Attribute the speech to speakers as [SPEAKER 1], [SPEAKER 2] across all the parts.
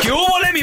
[SPEAKER 1] ¿Qué hubo, le, mi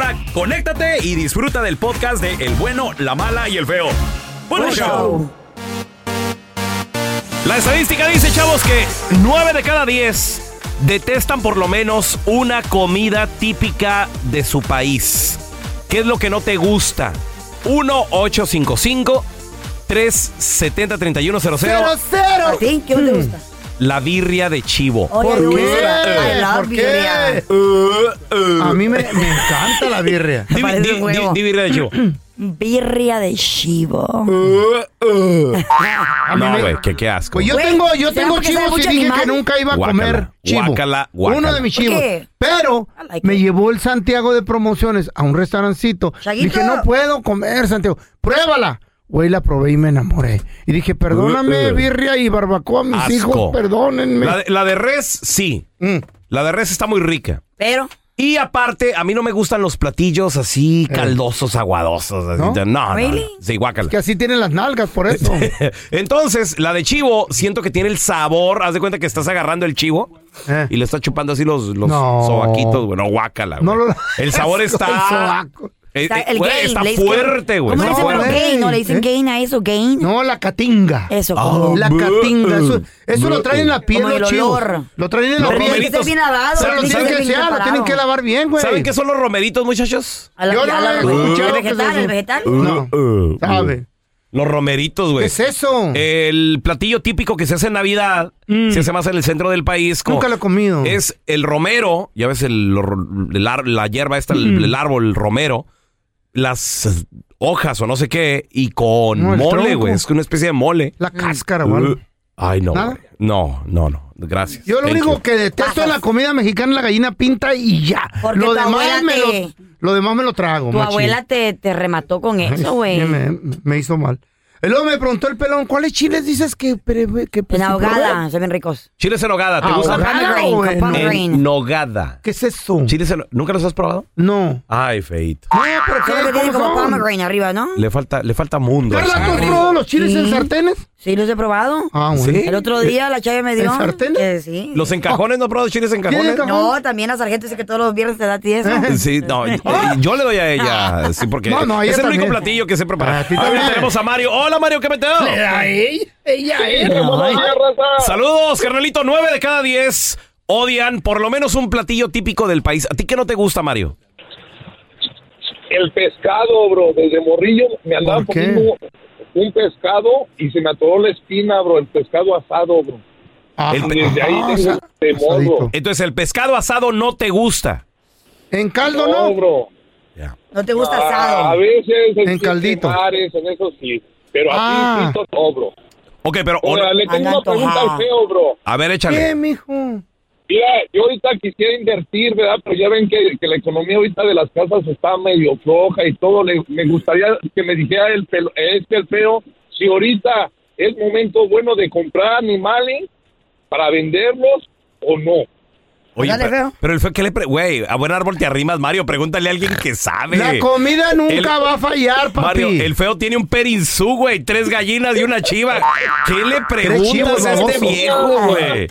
[SPEAKER 1] conéctate y disfruta del podcast de El bueno, la mala y el feo. Buen
[SPEAKER 2] Buen
[SPEAKER 1] show.
[SPEAKER 2] show.
[SPEAKER 1] La estadística dice, chavos, que 9 de cada 10 detestan por lo menos una comida típica de su país. ¿Qué es lo que no te gusta? 1-855 370 3100
[SPEAKER 2] cero.
[SPEAKER 3] Martín, ¿qué no te gusta?
[SPEAKER 1] La birria de chivo.
[SPEAKER 3] Oye,
[SPEAKER 2] ¿Por
[SPEAKER 3] Luis,
[SPEAKER 2] qué?
[SPEAKER 3] I love
[SPEAKER 2] ¿Por
[SPEAKER 3] you,
[SPEAKER 2] qué?
[SPEAKER 3] Adrián.
[SPEAKER 1] Uh,
[SPEAKER 2] A mí me, me encanta la birria.
[SPEAKER 1] Di-
[SPEAKER 3] parece
[SPEAKER 1] di-
[SPEAKER 3] un huevo.
[SPEAKER 1] di- di birria de chivo.
[SPEAKER 3] Birria de chivo.
[SPEAKER 2] Uh, mí
[SPEAKER 1] No,
[SPEAKER 2] me-
[SPEAKER 1] güey, qué, qué asco.
[SPEAKER 2] Pues yo
[SPEAKER 3] Güey,
[SPEAKER 2] tengo, yo
[SPEAKER 3] ¿será
[SPEAKER 2] tengo
[SPEAKER 3] porque sabe
[SPEAKER 2] chivos y
[SPEAKER 3] mucho
[SPEAKER 2] dije que
[SPEAKER 3] animal?
[SPEAKER 2] nunca iba a
[SPEAKER 1] Guácala,
[SPEAKER 2] comer chivo.
[SPEAKER 1] guácala, guácala.
[SPEAKER 2] Uno de mis
[SPEAKER 3] ¿Por
[SPEAKER 2] chivos.
[SPEAKER 3] qué?
[SPEAKER 2] Pero
[SPEAKER 3] I like
[SPEAKER 2] me
[SPEAKER 3] it.
[SPEAKER 2] llevó el Santiago de promociones a un restaurancito.
[SPEAKER 3] Chaguito.
[SPEAKER 2] Dije, no puedo comer, Santiago. Pruébala. Güey, la probé y me enamoré. Y dije, perdóname,
[SPEAKER 1] Uh, uh.
[SPEAKER 2] birria y barbacoa, mis
[SPEAKER 1] Asco.
[SPEAKER 2] hijos, perdónenme.
[SPEAKER 1] La de, la de res, sí.
[SPEAKER 2] Mm.
[SPEAKER 1] La de res está muy rica.
[SPEAKER 3] Pero,
[SPEAKER 1] Y aparte, a mí no me gustan los platillos así caldosos, aguadosos. así.
[SPEAKER 2] Eh. ¿No?
[SPEAKER 1] No, no,
[SPEAKER 3] Really?
[SPEAKER 1] no. Sí, guácala.
[SPEAKER 2] Que así tienen las nalgas, por eso.
[SPEAKER 1] Entonces, la de chivo, siento que tiene el sabor. Haz de cuenta que estás agarrando el chivo
[SPEAKER 2] Eh.
[SPEAKER 1] y le estás chupando así los, los
[SPEAKER 2] No.
[SPEAKER 1] sobaquitos, güey. No, guácala, güey.
[SPEAKER 2] No lo-
[SPEAKER 1] El sabor
[SPEAKER 2] Asco, el
[SPEAKER 1] está.
[SPEAKER 2] sobaco.
[SPEAKER 1] Eh,
[SPEAKER 3] está
[SPEAKER 1] eh,
[SPEAKER 3] el
[SPEAKER 1] güey,
[SPEAKER 3] gain.
[SPEAKER 1] está
[SPEAKER 3] le dicen-
[SPEAKER 1] fuerte, güey.
[SPEAKER 3] ¿Cómo le dicen
[SPEAKER 1] está
[SPEAKER 2] No,
[SPEAKER 3] pero
[SPEAKER 1] fuerte.
[SPEAKER 2] güey,
[SPEAKER 3] gain? ¿No le
[SPEAKER 2] ¿eh?
[SPEAKER 3] dicen gain a eso? ¿Gain?
[SPEAKER 2] No, la catinga. Ah,
[SPEAKER 3] Eso,
[SPEAKER 1] Oh,
[SPEAKER 3] como...
[SPEAKER 2] La
[SPEAKER 1] bu-
[SPEAKER 2] catinga. Eso, eso lo traen en la piel
[SPEAKER 3] Como el
[SPEAKER 2] los chivos.
[SPEAKER 3] olor.
[SPEAKER 2] Lo traen en
[SPEAKER 1] Los
[SPEAKER 2] la
[SPEAKER 3] Tiene que
[SPEAKER 2] piel.
[SPEAKER 1] romeritos.
[SPEAKER 3] ser bien lavado.
[SPEAKER 2] Pero lo
[SPEAKER 3] tiene que
[SPEAKER 2] tienen
[SPEAKER 3] ser
[SPEAKER 2] que
[SPEAKER 3] bien
[SPEAKER 2] sear, lo tienen
[SPEAKER 3] preparado.
[SPEAKER 2] que lavar bien, güey.
[SPEAKER 1] ¿Saben qué son los romeritos, muchachos?
[SPEAKER 3] A la-
[SPEAKER 2] Yo
[SPEAKER 3] a
[SPEAKER 2] no
[SPEAKER 3] la-
[SPEAKER 2] he escuchado
[SPEAKER 3] El
[SPEAKER 2] que es
[SPEAKER 3] vegetal,
[SPEAKER 2] eso.
[SPEAKER 3] el vegetal.
[SPEAKER 2] No. Uh,
[SPEAKER 1] Uh,
[SPEAKER 2] ¿Sabe?
[SPEAKER 1] Los romeritos,
[SPEAKER 2] ¿Qué
[SPEAKER 1] güey.
[SPEAKER 2] es eso? Mm.
[SPEAKER 1] El platillo típico que se hace en Navidad, se hace más en el centro del país. como-
[SPEAKER 2] Nunca lo he comido.
[SPEAKER 1] Es el romero, ya ves el, lo- el ar- la hierba esta, el,
[SPEAKER 2] Mm.
[SPEAKER 1] el árbol, el romero, las eh, hojas o no sé qué, y con
[SPEAKER 2] No, el
[SPEAKER 1] mole,
[SPEAKER 2] tronco.
[SPEAKER 1] güey. Es una especie de mole.
[SPEAKER 2] La cáscara, güey.
[SPEAKER 1] Uh, Ay, no.
[SPEAKER 2] ¿Nada?
[SPEAKER 1] güey. No, no, no. Gracias.
[SPEAKER 2] Yo lo
[SPEAKER 1] Thank
[SPEAKER 2] único
[SPEAKER 1] you.
[SPEAKER 2] que detesto de la comida mexicana es la gallina pinta y ya.
[SPEAKER 3] Porque
[SPEAKER 2] Lo
[SPEAKER 3] tu
[SPEAKER 2] demás,
[SPEAKER 3] abuela
[SPEAKER 2] me lo,
[SPEAKER 3] te-
[SPEAKER 2] lo demás me lo trago.
[SPEAKER 3] Tu
[SPEAKER 2] machín.
[SPEAKER 3] abuela te, te remató con
[SPEAKER 2] Ay,
[SPEAKER 3] eso, güey.
[SPEAKER 2] sí, Me, me hizo mal. Y luego me preguntó el pelón, ¿cuáles chiles dices que... pre- que
[SPEAKER 3] En
[SPEAKER 2] que
[SPEAKER 3] ahogada, se ven ricos.
[SPEAKER 1] Chiles en nogada, ¿te
[SPEAKER 2] Ah,
[SPEAKER 1] gusta?
[SPEAKER 2] ahogada.
[SPEAKER 3] Pamela Green,
[SPEAKER 2] güey,
[SPEAKER 3] con
[SPEAKER 2] no.
[SPEAKER 3] Pamela
[SPEAKER 1] En
[SPEAKER 3] Green.
[SPEAKER 1] nogada.
[SPEAKER 2] ¿Qué es eso?
[SPEAKER 1] Chiles en- ¿Nunca los has probado?
[SPEAKER 2] No.
[SPEAKER 1] Ay, feito.
[SPEAKER 2] No, pero
[SPEAKER 3] Creo que
[SPEAKER 2] ¿sabes
[SPEAKER 3] tiene
[SPEAKER 2] Ah, cómo
[SPEAKER 3] como
[SPEAKER 2] son?
[SPEAKER 3] pomegranate arriba, ¿no?
[SPEAKER 1] Le falta, le falta mundo. a
[SPEAKER 2] ¿Carla,
[SPEAKER 1] esa
[SPEAKER 2] tú has
[SPEAKER 1] madre.
[SPEAKER 2] probado los chiles en
[SPEAKER 3] Sí.
[SPEAKER 2] sartenes?
[SPEAKER 3] Sí, los he probado.
[SPEAKER 2] Ah, bueno.
[SPEAKER 1] ¿Sí?
[SPEAKER 3] El otro día la chave me dio.
[SPEAKER 2] ¿En sartén?
[SPEAKER 3] que sí.
[SPEAKER 1] ¿Los encajones? ¿No has probado chiles en cajones?
[SPEAKER 2] encajones?
[SPEAKER 3] No, también la sargento dice que todos los viernes te da a ti eso.
[SPEAKER 1] Sí, no, eh, yo le doy a
[SPEAKER 4] Ah.
[SPEAKER 1] ella, sí, porque
[SPEAKER 2] No, no, ella
[SPEAKER 1] es el único
[SPEAKER 2] también.
[SPEAKER 1] platillo que se prepara.
[SPEAKER 2] A ti
[SPEAKER 1] Ahora
[SPEAKER 2] también.
[SPEAKER 1] tenemos a Mario. Hola, Mario, ¿qué meteo?
[SPEAKER 2] Era ella, ella
[SPEAKER 1] eh,
[SPEAKER 2] era.
[SPEAKER 1] Saludos, carnalito. Nueve de cada diez odian por lo menos un platillo típico del país. ¿A ti qué no te gusta, Mario?
[SPEAKER 4] El pescado, bro, desde morrillo me andaba
[SPEAKER 2] ¿Por qué?
[SPEAKER 4] comiendo un pescado y se me atoró la espina, bro, el pescado asado, bro.
[SPEAKER 1] El pe-
[SPEAKER 4] Desde ahí
[SPEAKER 2] Ah,
[SPEAKER 4] tengo
[SPEAKER 2] o sea,
[SPEAKER 4] de morro.
[SPEAKER 2] asadito.
[SPEAKER 1] Entonces, el pescado asado no te gusta.
[SPEAKER 2] En caldo
[SPEAKER 4] No,
[SPEAKER 2] no.
[SPEAKER 4] bro.
[SPEAKER 3] No te gusta
[SPEAKER 4] A, a
[SPEAKER 3] asado.
[SPEAKER 4] veces
[SPEAKER 2] En caldito.
[SPEAKER 4] mares, en eso sí. Pero
[SPEAKER 2] Ah.
[SPEAKER 4] así frito no, bro.
[SPEAKER 1] Ok, pero. o-
[SPEAKER 4] Ahora, le tengo
[SPEAKER 3] Anda
[SPEAKER 4] una pregunta
[SPEAKER 3] antojada.
[SPEAKER 4] al feo, bro.
[SPEAKER 1] a ver, échale.
[SPEAKER 2] ¿Qué, mijo?
[SPEAKER 4] Mira, yo ahorita quisiera invertir, ¿verdad? Pero ya ven que, que la economía ahorita de las casas está medio floja y todo. Le- me gustaría que me dijera el pelo- este el feo si ahorita es momento bueno de comprar animales para venderlos o no.
[SPEAKER 1] Oye,
[SPEAKER 3] Dale,
[SPEAKER 1] pero,
[SPEAKER 3] feo.
[SPEAKER 1] pero el feo, ¿qué le pre- Güey, a buen árbol te arrimas, Mario. Pregúntale a alguien que sabe.
[SPEAKER 2] La comida nunca
[SPEAKER 1] El-
[SPEAKER 2] va a fallar, papi.
[SPEAKER 1] Mario, el feo tiene un perinsú, güey. Tres gallinas y una chiva. ¿Qué le preguntas
[SPEAKER 2] chivas,
[SPEAKER 1] a este
[SPEAKER 2] baboso.
[SPEAKER 1] viejo, güey?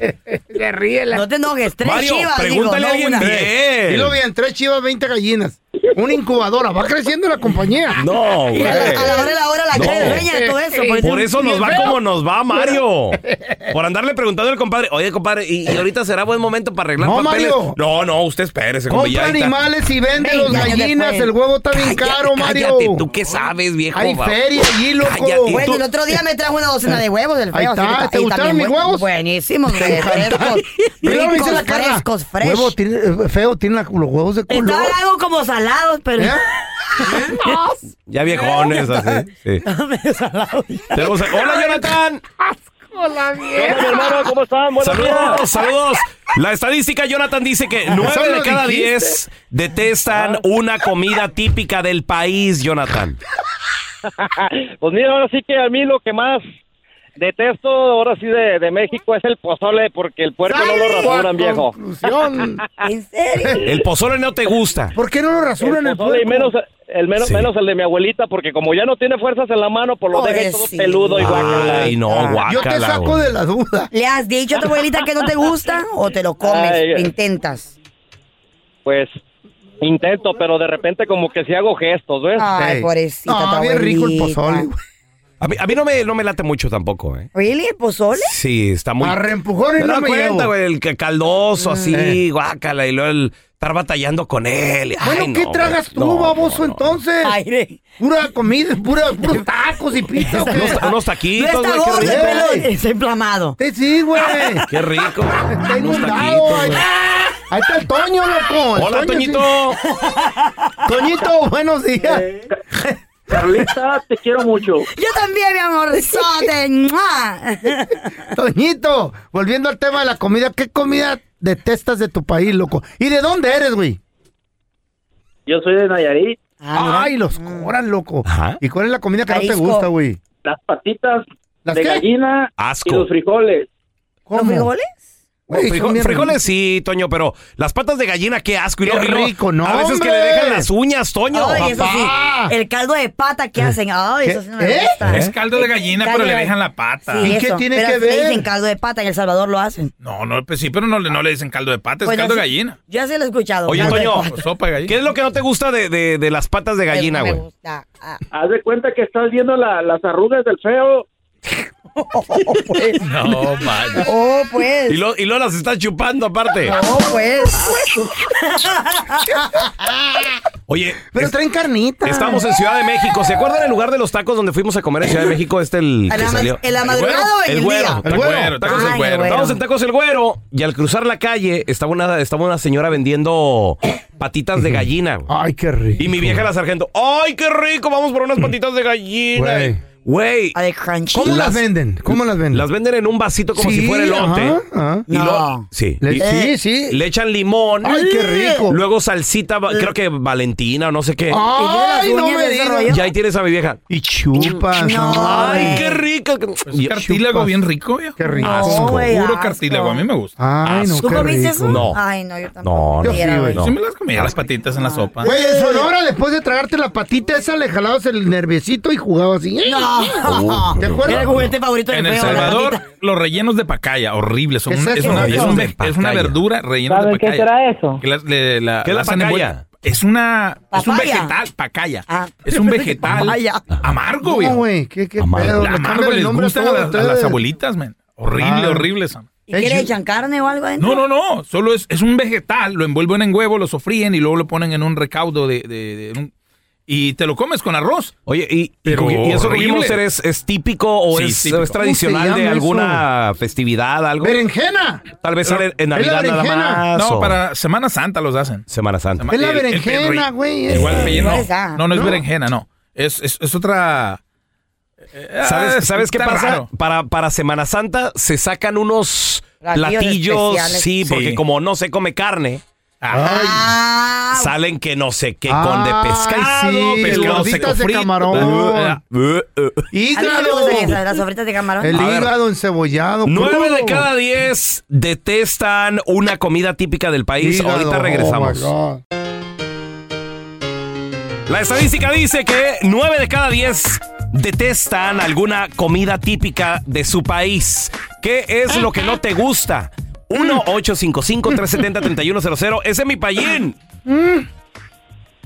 [SPEAKER 3] No te enojes, tres
[SPEAKER 1] Mario,
[SPEAKER 3] chivas. digo,
[SPEAKER 1] pregúntale
[SPEAKER 3] no
[SPEAKER 1] a alguien
[SPEAKER 3] una.
[SPEAKER 1] bien.
[SPEAKER 2] Dilo bien, tres chivas, 20 gallinas. Una incubadora. Va creciendo la compañía.
[SPEAKER 1] No, güey.
[SPEAKER 3] Y a la, a la hora de la hora la
[SPEAKER 1] No.
[SPEAKER 3] cara de dueña de todo eso.
[SPEAKER 1] Por eso nos va como nos va, Mario. Por andarle preguntando al compadre, oye, compadre, ¿y, y ahorita será buen momento para arreglar
[SPEAKER 2] No,
[SPEAKER 1] papeles?
[SPEAKER 2] Mario.
[SPEAKER 1] No, no, usted espérese, compadre, ya
[SPEAKER 2] Compra
[SPEAKER 1] ahí está.
[SPEAKER 2] animales y vende los
[SPEAKER 3] Veinte años
[SPEAKER 2] gallinas.
[SPEAKER 3] después.
[SPEAKER 2] El huevo está bien
[SPEAKER 1] Cállate,
[SPEAKER 2] caro, Mario.
[SPEAKER 1] cállate, ¿Tú qué sabes, viejo?
[SPEAKER 2] Hay
[SPEAKER 1] va?
[SPEAKER 2] feria allí, loco.
[SPEAKER 1] Cállate.
[SPEAKER 3] Bueno,
[SPEAKER 1] tú-
[SPEAKER 3] el otro día me trajo una docena de huevos del
[SPEAKER 2] Ahí
[SPEAKER 3] feo.
[SPEAKER 2] está,
[SPEAKER 3] así que
[SPEAKER 2] ¿te
[SPEAKER 3] y
[SPEAKER 2] gustaron
[SPEAKER 3] también
[SPEAKER 2] mis
[SPEAKER 3] buen-
[SPEAKER 2] huevos?
[SPEAKER 3] Buenísimos, güey, frescos.
[SPEAKER 2] Mira, me dice
[SPEAKER 3] Ricos,
[SPEAKER 2] la cara.
[SPEAKER 3] frescos,
[SPEAKER 2] Huevo
[SPEAKER 3] frescos.
[SPEAKER 2] tiene- eh, feo, tiene la- los huevos de color.
[SPEAKER 3] Estaban algo como salados, pero...
[SPEAKER 2] ¿Eh?
[SPEAKER 1] Ya viejones, así. sí. Tenemos a- Hola, Jonathan.
[SPEAKER 5] hermano, ¿cómo están? Ah, Buenos días.
[SPEAKER 1] Saludos, saludos. La estadística, Jonathan, dice que
[SPEAKER 2] Eso
[SPEAKER 1] 9 de
[SPEAKER 2] lo
[SPEAKER 1] cada
[SPEAKER 2] dijiste.
[SPEAKER 1] 10 detestan una comida típica del país, Jonathan.
[SPEAKER 5] Pues mira, ahora sí que a mí lo que más detesto ahora sí de, de México es el pozole porque el puerco no lo rasuran, viejo.
[SPEAKER 2] Conclusión.
[SPEAKER 3] ¿En serio?
[SPEAKER 1] El pozole no te gusta.
[SPEAKER 2] ¿Por qué no lo rasuran el
[SPEAKER 5] El pozole y menos
[SPEAKER 2] puerco?
[SPEAKER 5] el menos,
[SPEAKER 1] Sí.
[SPEAKER 5] menos el de mi abuelita porque como ya no tiene fuerzas en la mano, pues lo deja ahí todo
[SPEAKER 3] Pobrecito.
[SPEAKER 5] peludo y guácala.
[SPEAKER 1] Ay, no,
[SPEAKER 2] Ah. Yo te
[SPEAKER 1] guácala,
[SPEAKER 2] saco
[SPEAKER 1] güey.
[SPEAKER 2] de la duda.
[SPEAKER 3] ¿Le has dicho a tu abuelita que no te gusta o te lo comes?
[SPEAKER 5] Ay,
[SPEAKER 3] lo
[SPEAKER 5] eh.
[SPEAKER 3] intentas.
[SPEAKER 5] Pues intento, pero de repente como que si hago gestos, ¿ves?
[SPEAKER 3] Ay,
[SPEAKER 2] Ey.
[SPEAKER 3] pobrecita
[SPEAKER 2] Ah,
[SPEAKER 3] tu
[SPEAKER 2] bien rico el
[SPEAKER 3] abuelita.
[SPEAKER 2] pozole, güey.
[SPEAKER 1] A mí, a mí no, me, no me late mucho tampoco, ¿eh?
[SPEAKER 3] ¿Really? ¿El pozole?
[SPEAKER 1] Sí, está muy...
[SPEAKER 2] A reempujones
[SPEAKER 1] Me
[SPEAKER 2] no
[SPEAKER 1] da
[SPEAKER 2] me
[SPEAKER 1] cuenta,
[SPEAKER 2] llevo.
[SPEAKER 1] güey, el que- caldoso, así,
[SPEAKER 2] Eh.
[SPEAKER 1] guácala, y luego el estar batallando con él. Ay,
[SPEAKER 2] Bueno,
[SPEAKER 1] no,
[SPEAKER 2] ¿qué
[SPEAKER 1] güey.
[SPEAKER 2] tragas tú,
[SPEAKER 1] No,
[SPEAKER 2] baboso,
[SPEAKER 1] no, no.
[SPEAKER 2] entonces?
[SPEAKER 3] Aire.
[SPEAKER 2] Pura comida, pura, puros tacos y pizza. ¿o qué?
[SPEAKER 1] Unos, unos
[SPEAKER 3] No
[SPEAKER 1] taquitos,
[SPEAKER 3] está
[SPEAKER 1] güey, qué
[SPEAKER 3] gordo,
[SPEAKER 1] rico. Ah,
[SPEAKER 2] rico.
[SPEAKER 3] pero está inflamado.
[SPEAKER 2] Sí, Sí, güey.
[SPEAKER 1] Qué rico.
[SPEAKER 2] Está
[SPEAKER 1] Unos
[SPEAKER 2] inundado.
[SPEAKER 1] taquitos,
[SPEAKER 2] Ahí,
[SPEAKER 1] güey.
[SPEAKER 2] ahí está el Toño, loco. El
[SPEAKER 1] Hola,
[SPEAKER 2] Toño, sí.
[SPEAKER 1] Toñito.
[SPEAKER 2] Toñito, buenos días.
[SPEAKER 6] Eh, Carlita, te quiero mucho.
[SPEAKER 3] Yo también, mi amor. Sote. ¡mua!
[SPEAKER 2] Toñito, volviendo al tema de la comida, ¿qué comida detestas de tu país, loco? ¿Y de dónde eres, güey?
[SPEAKER 6] Yo soy de Nayarit.
[SPEAKER 3] Ah,
[SPEAKER 2] Ay, los cobran, loco.
[SPEAKER 1] Ajá.
[SPEAKER 2] ¿Y cuál es la comida que no te
[SPEAKER 3] Jalisco.
[SPEAKER 2] gusta, güey?
[SPEAKER 6] Las patitas
[SPEAKER 2] ¿Las
[SPEAKER 6] de
[SPEAKER 2] qué?
[SPEAKER 6] gallina y
[SPEAKER 1] Asco.
[SPEAKER 6] los frijoles.
[SPEAKER 3] ¿Los frijoles?
[SPEAKER 2] Güey, son
[SPEAKER 1] Frijo-
[SPEAKER 2] bien
[SPEAKER 1] frijoles sí, Toño, pero las patas de gallina, qué asco. Y
[SPEAKER 2] Qué
[SPEAKER 1] luego- y luego
[SPEAKER 2] rico, no,
[SPEAKER 1] A veces que le
[SPEAKER 2] hombre. Ah.
[SPEAKER 1] dejan las uñas, Toño.
[SPEAKER 3] Ay, eso
[SPEAKER 2] papá.
[SPEAKER 3] sí. El caldo de pata que hacen. Ay, eso sí no me
[SPEAKER 2] ¿Eh?
[SPEAKER 3] gusta.
[SPEAKER 7] Es caldo de gallina,
[SPEAKER 3] Caldo
[SPEAKER 7] pero le
[SPEAKER 3] de-
[SPEAKER 7] dejan la pata.
[SPEAKER 3] Sí,
[SPEAKER 2] ¿Y qué
[SPEAKER 3] eso.
[SPEAKER 2] tiene
[SPEAKER 3] Pero
[SPEAKER 2] que
[SPEAKER 3] así le
[SPEAKER 2] ver?
[SPEAKER 3] dicen caldo de pata, en El Salvador lo hacen.
[SPEAKER 7] No, no, pues sí, pero no, le- no le dicen caldo de pata, es
[SPEAKER 3] Pues
[SPEAKER 7] caldo de
[SPEAKER 3] así-
[SPEAKER 7] gallina.
[SPEAKER 3] Yo así lo he escuchado.
[SPEAKER 1] Oye,
[SPEAKER 3] caldo de
[SPEAKER 1] Toño,
[SPEAKER 3] pata.
[SPEAKER 7] O Pues, sopa de
[SPEAKER 1] ¿Qué
[SPEAKER 7] gallina.
[SPEAKER 1] es lo que no te gusta de, de- de las patas de gallina,
[SPEAKER 3] No me
[SPEAKER 1] güey?
[SPEAKER 3] gusta. Ah,
[SPEAKER 6] Haz de cuenta que estás viendo la- las arrugas del feo.
[SPEAKER 7] No, man.
[SPEAKER 3] Oh, pues.
[SPEAKER 1] Y, lo- y luego las estás chupando aparte.
[SPEAKER 3] Oh, pues.
[SPEAKER 1] Oye,
[SPEAKER 2] Pero
[SPEAKER 1] es-
[SPEAKER 2] traen carnita.
[SPEAKER 1] estamos en Ciudad de México. ¿Se acuerdan el lugar de los tacos donde fuimos a comer en Ciudad de México? Este el
[SPEAKER 3] ¿En
[SPEAKER 1] que
[SPEAKER 3] la,
[SPEAKER 1] salió.
[SPEAKER 3] ma- en la madrugada o en el,
[SPEAKER 1] El güero.
[SPEAKER 3] día?
[SPEAKER 7] El
[SPEAKER 2] Bueno.
[SPEAKER 7] güero, tacos
[SPEAKER 3] Ay,
[SPEAKER 7] del güero.
[SPEAKER 3] güero.
[SPEAKER 1] Estábamos en Tacos el Güero y al cruzar la calle estaba una, estaba una señora vendiendo patitas de gallina. güey.
[SPEAKER 2] Ay, qué rico. Mm.
[SPEAKER 1] Y mi vieja la sargento, ¡ay, qué rico! Vamos por unas patitas de gallina.
[SPEAKER 2] Güey.
[SPEAKER 1] Güey,
[SPEAKER 3] A de crunchy.
[SPEAKER 2] ¿Cómo las,
[SPEAKER 1] Las-
[SPEAKER 2] venden? ¿Cómo las venden?
[SPEAKER 1] las venden en un vasito como
[SPEAKER 2] Sí,
[SPEAKER 1] si fuera elote.
[SPEAKER 2] ajá, ajá.
[SPEAKER 1] Y
[SPEAKER 3] No.
[SPEAKER 1] lo- sí.
[SPEAKER 2] Le-
[SPEAKER 1] Y-
[SPEAKER 2] sí, sí.
[SPEAKER 1] Le echan limón.
[SPEAKER 2] Ay, qué rico. Eh.
[SPEAKER 1] Luego salsita, va- creo que Valentina o no sé qué.
[SPEAKER 2] Ay,
[SPEAKER 3] ¿Y tiene las
[SPEAKER 2] no
[SPEAKER 3] uñas
[SPEAKER 2] me
[SPEAKER 3] de ese
[SPEAKER 2] digas.
[SPEAKER 3] rollo?
[SPEAKER 1] Y ahí tienes a mi vieja.
[SPEAKER 2] Y chupas.
[SPEAKER 3] No,
[SPEAKER 2] Ay,
[SPEAKER 1] ¡Ay, Pues
[SPEAKER 3] güey.
[SPEAKER 1] qué rico!
[SPEAKER 7] Es cartílago bien rico, viejo.
[SPEAKER 2] qué rico.
[SPEAKER 3] No, güey.
[SPEAKER 7] Puro
[SPEAKER 3] asco.
[SPEAKER 7] cartílago, a mí me gusta.
[SPEAKER 2] Ay, no,
[SPEAKER 3] ¿Tú
[SPEAKER 2] qué
[SPEAKER 3] comiste
[SPEAKER 2] rico.
[SPEAKER 3] eso?
[SPEAKER 1] No.
[SPEAKER 3] Ay, no, yo
[SPEAKER 1] No,
[SPEAKER 3] tampoco.
[SPEAKER 1] no,
[SPEAKER 3] Pudiera,
[SPEAKER 2] sí,
[SPEAKER 3] güey. Ah.
[SPEAKER 2] güey.
[SPEAKER 7] Sí me las comía las patitas en la sopa.
[SPEAKER 2] Güey, en Sonora, después de tragarte la patita esa, le jalabas el nerviecito y jugabas así.
[SPEAKER 1] Uh,
[SPEAKER 3] No. Era
[SPEAKER 2] ¿Te
[SPEAKER 3] el
[SPEAKER 2] acuerdas?
[SPEAKER 3] juguete favorito del
[SPEAKER 7] En
[SPEAKER 3] feo.
[SPEAKER 7] El
[SPEAKER 3] la
[SPEAKER 7] Salvador,
[SPEAKER 3] ratita.
[SPEAKER 7] los rellenos de pacaya, horribles. Son
[SPEAKER 2] ¿Qué es
[SPEAKER 7] una- es,
[SPEAKER 2] eso?
[SPEAKER 7] una, es un ve-
[SPEAKER 1] Pacaya.
[SPEAKER 7] es una verdura rellena de
[SPEAKER 5] ¿Saben qué
[SPEAKER 7] pacaya.
[SPEAKER 5] será eso?
[SPEAKER 7] Que la, le- Ah, la-
[SPEAKER 1] ¿Qué es la
[SPEAKER 7] hacen
[SPEAKER 1] pacaya?
[SPEAKER 7] envuelta- Es una. Es un
[SPEAKER 3] Papaya.
[SPEAKER 7] vegetal, pacaya.
[SPEAKER 3] Ah.
[SPEAKER 7] Es un vegetal
[SPEAKER 3] Papaya.
[SPEAKER 7] amargo,
[SPEAKER 2] No,
[SPEAKER 7] viejo.
[SPEAKER 2] güey, qué, qué
[SPEAKER 1] Amargo.
[SPEAKER 2] pedo.
[SPEAKER 7] La
[SPEAKER 2] Le
[SPEAKER 7] amargo
[SPEAKER 2] cambian el
[SPEAKER 7] les
[SPEAKER 2] nombre a
[SPEAKER 7] gusta a,
[SPEAKER 2] todos
[SPEAKER 7] las- a las
[SPEAKER 2] ustedes.
[SPEAKER 7] abuelitas, man. Horrible,
[SPEAKER 2] Ah.
[SPEAKER 7] horrible son.
[SPEAKER 3] ¿Y qué le echan carne o algo adentro?
[SPEAKER 7] No, no, no. Solo es, es un vegetal. Lo envuelven en huevo, lo sofríen y luego lo ponen en un recaudo de. de- de- en un- y te lo comes con arroz.
[SPEAKER 1] Oye, y,
[SPEAKER 2] Oh,
[SPEAKER 7] Pero
[SPEAKER 1] y- y eso que
[SPEAKER 7] horrible.
[SPEAKER 1] vimos es, es típico o
[SPEAKER 7] Sí,
[SPEAKER 1] es,
[SPEAKER 7] típico.
[SPEAKER 1] es tradicional
[SPEAKER 7] ¿Cómo se
[SPEAKER 1] de
[SPEAKER 7] llama
[SPEAKER 1] alguna festividad, algo.
[SPEAKER 2] ¡Berenjena!
[SPEAKER 1] Tal vez sale en
[SPEAKER 7] Es la
[SPEAKER 1] Navidad nada
[SPEAKER 7] berenjena.
[SPEAKER 1] más.
[SPEAKER 7] No,
[SPEAKER 1] o-
[SPEAKER 7] para Semana Santa los hacen.
[SPEAKER 1] Semana Santa.
[SPEAKER 7] Sema- el- el perro- Igual
[SPEAKER 1] no.
[SPEAKER 7] relleno. No, no, es
[SPEAKER 1] No.
[SPEAKER 7] berenjena, no. Es, es, es otra. eh, ah,
[SPEAKER 1] ¿Sabes, ¿sabes qué
[SPEAKER 7] está
[SPEAKER 1] pasa?
[SPEAKER 7] raro.
[SPEAKER 1] Para, para Semana Santa se sacan unos
[SPEAKER 7] Platillos
[SPEAKER 1] platillos,
[SPEAKER 7] especiales.
[SPEAKER 1] sí, porque
[SPEAKER 7] Sí.
[SPEAKER 1] como no se come carne,
[SPEAKER 7] Ah.
[SPEAKER 1] salen que no sé qué con de pescado,
[SPEAKER 2] sí,
[SPEAKER 1] pescado
[SPEAKER 2] gorditas
[SPEAKER 1] seco
[SPEAKER 2] de
[SPEAKER 1] frito.
[SPEAKER 2] camarón.
[SPEAKER 1] Eh, eh, eh.
[SPEAKER 3] A mí no me gustan esas, las sofritas de camarón.
[SPEAKER 2] El
[SPEAKER 1] A ver.
[SPEAKER 2] hígado encebollado.
[SPEAKER 1] Nueve
[SPEAKER 2] crudo.
[SPEAKER 1] de cada diez detestan una comida típica del país.
[SPEAKER 2] Hígado,
[SPEAKER 1] Ahorita
[SPEAKER 2] oh
[SPEAKER 1] regresamos.
[SPEAKER 2] my God.
[SPEAKER 1] La estadística dice que 9 de cada 10 detestan alguna comida típica de su país. ¿Qué es lo que no te gusta? 1-855-370-3100. Ese es mi payín.
[SPEAKER 8] Mm.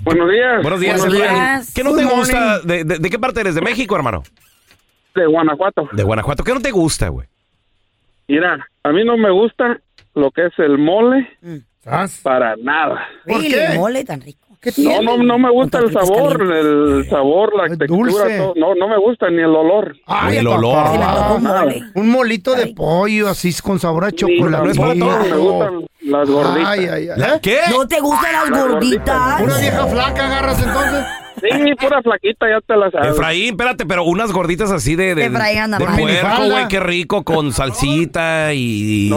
[SPEAKER 9] Buenos días.
[SPEAKER 1] Buenos días.
[SPEAKER 9] Buenos
[SPEAKER 1] Efraín.
[SPEAKER 9] días.
[SPEAKER 1] ¿Qué no
[SPEAKER 9] Good
[SPEAKER 1] te
[SPEAKER 9] morning.
[SPEAKER 1] gusta? ¿De, de- de qué parte eres? ¿De México, hermano?
[SPEAKER 9] De Guanajuato.
[SPEAKER 1] De Guanajuato. ¿Qué no te gusta, güey?
[SPEAKER 9] Mira, a mí no me gusta lo que es el mole para nada.
[SPEAKER 3] Mm. ¿Por qué? El mole tan rico.
[SPEAKER 9] No, no, no me gusta el sabor, el sabor, la
[SPEAKER 2] dulce.
[SPEAKER 9] textura, todo. No, no me gusta ni el olor.
[SPEAKER 2] Ay, papá. Un molito de pollo así con sabor a chocolate.
[SPEAKER 9] no es para todos, me gustan las gorditas.
[SPEAKER 2] Ay, ay, ay.
[SPEAKER 9] ¿La qué?
[SPEAKER 3] ¿No te gustan las gorditas?
[SPEAKER 2] Una vieja flaca agarras entonces.
[SPEAKER 9] Sí, pura flaquita, ya te la sabes.
[SPEAKER 1] Efraín, espérate, pero unas gorditas así de, de,
[SPEAKER 3] Efraín anda
[SPEAKER 1] de
[SPEAKER 3] mal.
[SPEAKER 1] puerco,
[SPEAKER 3] Minifalda.
[SPEAKER 1] güey, qué rico, con salsita y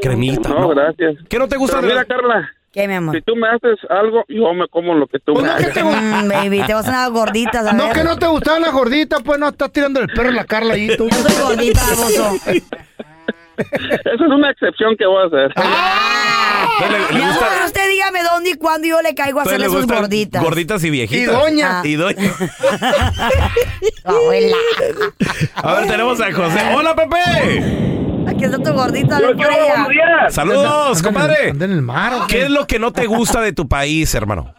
[SPEAKER 1] cremita.
[SPEAKER 9] No, gracias.
[SPEAKER 1] ¿Qué no te gusta
[SPEAKER 9] Pero
[SPEAKER 1] de
[SPEAKER 9] mira,
[SPEAKER 1] la-
[SPEAKER 9] Carla,
[SPEAKER 3] ¿Qué, mi amor?
[SPEAKER 9] si tú me haces algo, yo me como lo que tú me haces.
[SPEAKER 3] Mm, baby, te vas a unas gorditas. A
[SPEAKER 2] No,
[SPEAKER 3] ver.
[SPEAKER 2] que no te gustaban las gorditas, pues no estás tirando el perro a la Carla ahí tú.
[SPEAKER 3] Yo soy gordita, baboso.
[SPEAKER 9] Esa es una excepción que voy a hacer.
[SPEAKER 1] Ah,
[SPEAKER 3] Mi amor, usted dígame dónde y cuándo yo le caigo a
[SPEAKER 1] Entonces,
[SPEAKER 3] hacerle
[SPEAKER 1] ¿le
[SPEAKER 3] sus
[SPEAKER 1] gustan
[SPEAKER 3] gorditas.
[SPEAKER 1] Gorditas y viejitas. Ah.
[SPEAKER 3] Y doña.
[SPEAKER 1] Y doña.
[SPEAKER 3] Abuela.
[SPEAKER 1] A ver, tenemos a José. ¡Hola, Pepe!
[SPEAKER 3] Aquí está tu gordita, ven por ella.
[SPEAKER 1] ¡Saludos, compadre!
[SPEAKER 2] en el mar.
[SPEAKER 1] ¿Qué es lo que no te gusta de tu país, hermano?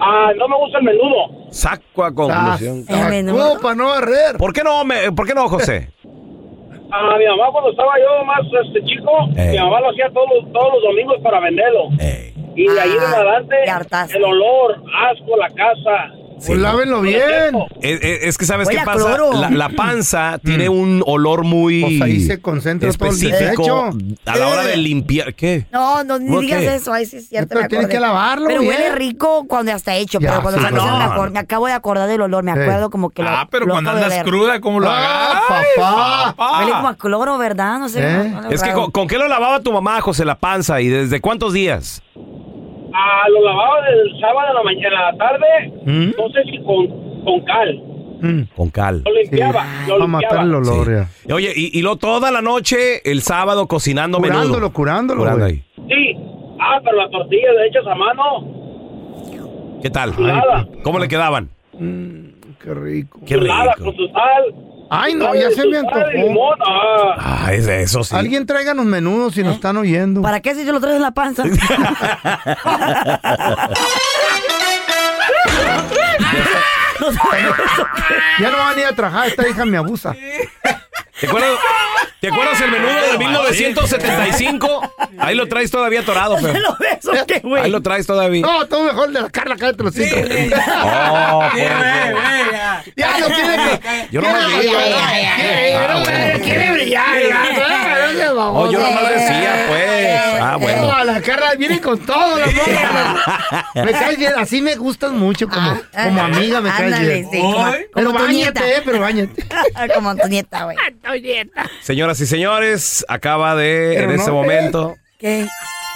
[SPEAKER 8] Ah, no me gusta el menudo.
[SPEAKER 1] Saco a conclusión.
[SPEAKER 2] Ah,
[SPEAKER 1] Saco
[SPEAKER 2] para no barrer.
[SPEAKER 1] ¿Por qué no, me- ¿Por qué no, José?
[SPEAKER 8] A Ah, mi mamá cuando estaba yo más este chico,
[SPEAKER 1] Ey.
[SPEAKER 8] mi mamá lo hacía todos los, todos los domingos para venderlo.
[SPEAKER 1] Eh.
[SPEAKER 8] Y de ahí en
[SPEAKER 2] Ah,
[SPEAKER 8] adelante, el olor, asco, la casa.
[SPEAKER 2] Pues lávenlo bien.
[SPEAKER 1] Es, es- es que sabes
[SPEAKER 2] Huele
[SPEAKER 1] qué
[SPEAKER 2] a
[SPEAKER 1] pasa.
[SPEAKER 2] cloro.
[SPEAKER 1] La, la panza tiene un olor muy
[SPEAKER 2] Pues ahí se concentra todo el
[SPEAKER 1] específico
[SPEAKER 2] desecho.
[SPEAKER 1] a la hora
[SPEAKER 2] eh.
[SPEAKER 1] de limpiar. ¿qué?
[SPEAKER 3] No, no, ni
[SPEAKER 1] ¿Por
[SPEAKER 3] digas
[SPEAKER 1] qué?
[SPEAKER 3] eso, ay, sí es cierto.
[SPEAKER 2] Pero
[SPEAKER 3] me
[SPEAKER 2] tienes
[SPEAKER 3] acordé.
[SPEAKER 2] que lavarlo
[SPEAKER 3] Pero
[SPEAKER 2] bien.
[SPEAKER 3] huele rico cuando ya está hecho,
[SPEAKER 2] Ya,
[SPEAKER 3] pero cuando
[SPEAKER 2] sí,
[SPEAKER 3] está
[SPEAKER 2] no.
[SPEAKER 3] cocinado me, acor- me acabo de acordar del olor, me
[SPEAKER 2] Eh.
[SPEAKER 3] acuerdo como que lo
[SPEAKER 7] Ah, pero
[SPEAKER 3] lo
[SPEAKER 7] cuando
[SPEAKER 3] acabo de
[SPEAKER 7] andas
[SPEAKER 3] oler.
[SPEAKER 7] cruda, ¿cómo
[SPEAKER 2] Ah,
[SPEAKER 7] lo hagas?
[SPEAKER 2] papá. ¿Eh?
[SPEAKER 3] Huele como a cloro, ¿verdad? No sé. no- no
[SPEAKER 1] Es que
[SPEAKER 3] raro.
[SPEAKER 1] con, ¿con qué lo lavaba tu mamá, José, la panza? ¿Y desde cuántos días?
[SPEAKER 8] Ah, lo lavaba del sábado a la mañana, a la tarde,
[SPEAKER 1] ¿Mm?
[SPEAKER 8] no sé si con, con cal.
[SPEAKER 2] Mm.
[SPEAKER 1] Con cal.
[SPEAKER 8] Lo limpiaba, lo
[SPEAKER 2] Para ah, matar
[SPEAKER 8] limpiaba.
[SPEAKER 2] el olor, ya.
[SPEAKER 1] Oye, y, y lo toda la noche, el sábado, cocinando menudo.
[SPEAKER 2] Curándolo, curándolo,
[SPEAKER 1] Curando
[SPEAKER 2] güey.
[SPEAKER 8] Sí. Ah, pero las tortillas hechas a mano,
[SPEAKER 1] ¿Qué tal?
[SPEAKER 8] Nada.
[SPEAKER 1] ¿Cómo le quedaban?
[SPEAKER 2] Mm, Qué rico.
[SPEAKER 1] Qué
[SPEAKER 8] nada,
[SPEAKER 1] rico.
[SPEAKER 8] con su sal.
[SPEAKER 2] Ay, no,
[SPEAKER 8] Sal,
[SPEAKER 2] ya se
[SPEAKER 8] su
[SPEAKER 2] me
[SPEAKER 8] sal y
[SPEAKER 2] antojó.
[SPEAKER 8] limón, ah.
[SPEAKER 1] Ah, es eso sí.
[SPEAKER 2] Alguien traiga los menudos si nos están oyendo.
[SPEAKER 3] ¿Eh? ¿Para qué si yo lo traigo en la panza?
[SPEAKER 2] Ya no van a ir a trabajar, esta hija me abusa.
[SPEAKER 1] ¿Te acuerdas, ¿Te acuerdas el menudo de 1975? Ahí lo traes todavía atorado, pero. Ahí lo traes todavía. Eh,
[SPEAKER 2] No, todo mejor de la Carla, cállate los cinco.
[SPEAKER 1] Oh, pues,
[SPEAKER 2] Ya no quiere
[SPEAKER 1] Yo no me digo. Ah, bueno.
[SPEAKER 2] Quiere brillar, ya.
[SPEAKER 1] Oh, yo nomás decía, pues. Ah, bueno.
[SPEAKER 2] No, Oh, la Carla viene con todo, la morra. Me caes bien, así me gustas mucho como, como amiga, me caes
[SPEAKER 3] Ah, Ándale,
[SPEAKER 2] bien.
[SPEAKER 3] sí, como-
[SPEAKER 2] Ay,
[SPEAKER 3] como
[SPEAKER 2] pero
[SPEAKER 3] tu nieta. Ah,
[SPEAKER 2] bañate, eh, pero bañate.
[SPEAKER 3] como Ah, tu nieta, güey.
[SPEAKER 1] Señoras y señores, acaba de,
[SPEAKER 2] Pero
[SPEAKER 1] en
[SPEAKER 2] no eh,
[SPEAKER 1] este
[SPEAKER 2] te-
[SPEAKER 1] momento.
[SPEAKER 3] ¿Qué?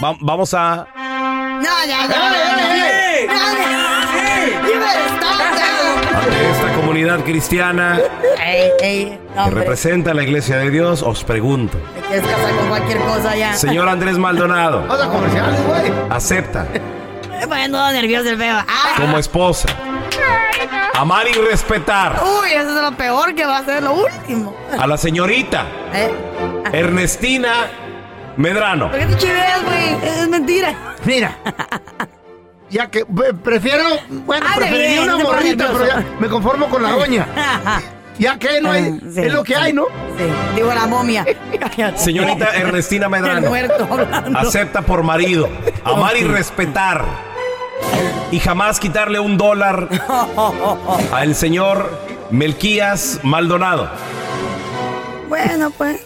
[SPEAKER 1] va- vamos a.
[SPEAKER 3] No, no, no, no, no, no, no. You better stop
[SPEAKER 1] Ante esta comunidad cristiana
[SPEAKER 3] that. Ey, ey, no,
[SPEAKER 1] que
[SPEAKER 3] hombre,
[SPEAKER 1] representa la iglesia de Dios, os pregunto.
[SPEAKER 3] te quieres casar con cualquier cosa ya.
[SPEAKER 1] Señor Andrés Maldonado,
[SPEAKER 2] Vamos a comerciales, güey.
[SPEAKER 1] acepta
[SPEAKER 3] Me está poniendo nervioso el feo. Ah,
[SPEAKER 1] como esposa amar y respetar
[SPEAKER 3] uy, eso es lo peor que va a ser, lo último.
[SPEAKER 1] a la señorita
[SPEAKER 3] Eh,
[SPEAKER 1] Ernestina Medrano.
[SPEAKER 3] ¿Por qué te chiveas, güey? Es mentira.
[SPEAKER 2] Mira. Ya que eh, prefiero, bueno,
[SPEAKER 3] Ándale,
[SPEAKER 2] preferiría
[SPEAKER 3] no
[SPEAKER 2] una
[SPEAKER 3] te pongas
[SPEAKER 2] morrita, pero ya
[SPEAKER 3] nervioso.
[SPEAKER 2] me conformo con la doña. Ya que no hay,
[SPEAKER 3] Ah, sí,
[SPEAKER 2] es lo que
[SPEAKER 3] sí.
[SPEAKER 2] hay, ¿no?
[SPEAKER 3] Sí, digo la momia.
[SPEAKER 1] Señorita Ernestina
[SPEAKER 3] El
[SPEAKER 1] Medrano,
[SPEAKER 3] muerto hablando.
[SPEAKER 1] acepta por marido amar y respetar y jamás quitarle un dólar al señor Melquías Maldonado.
[SPEAKER 3] Bueno, pues.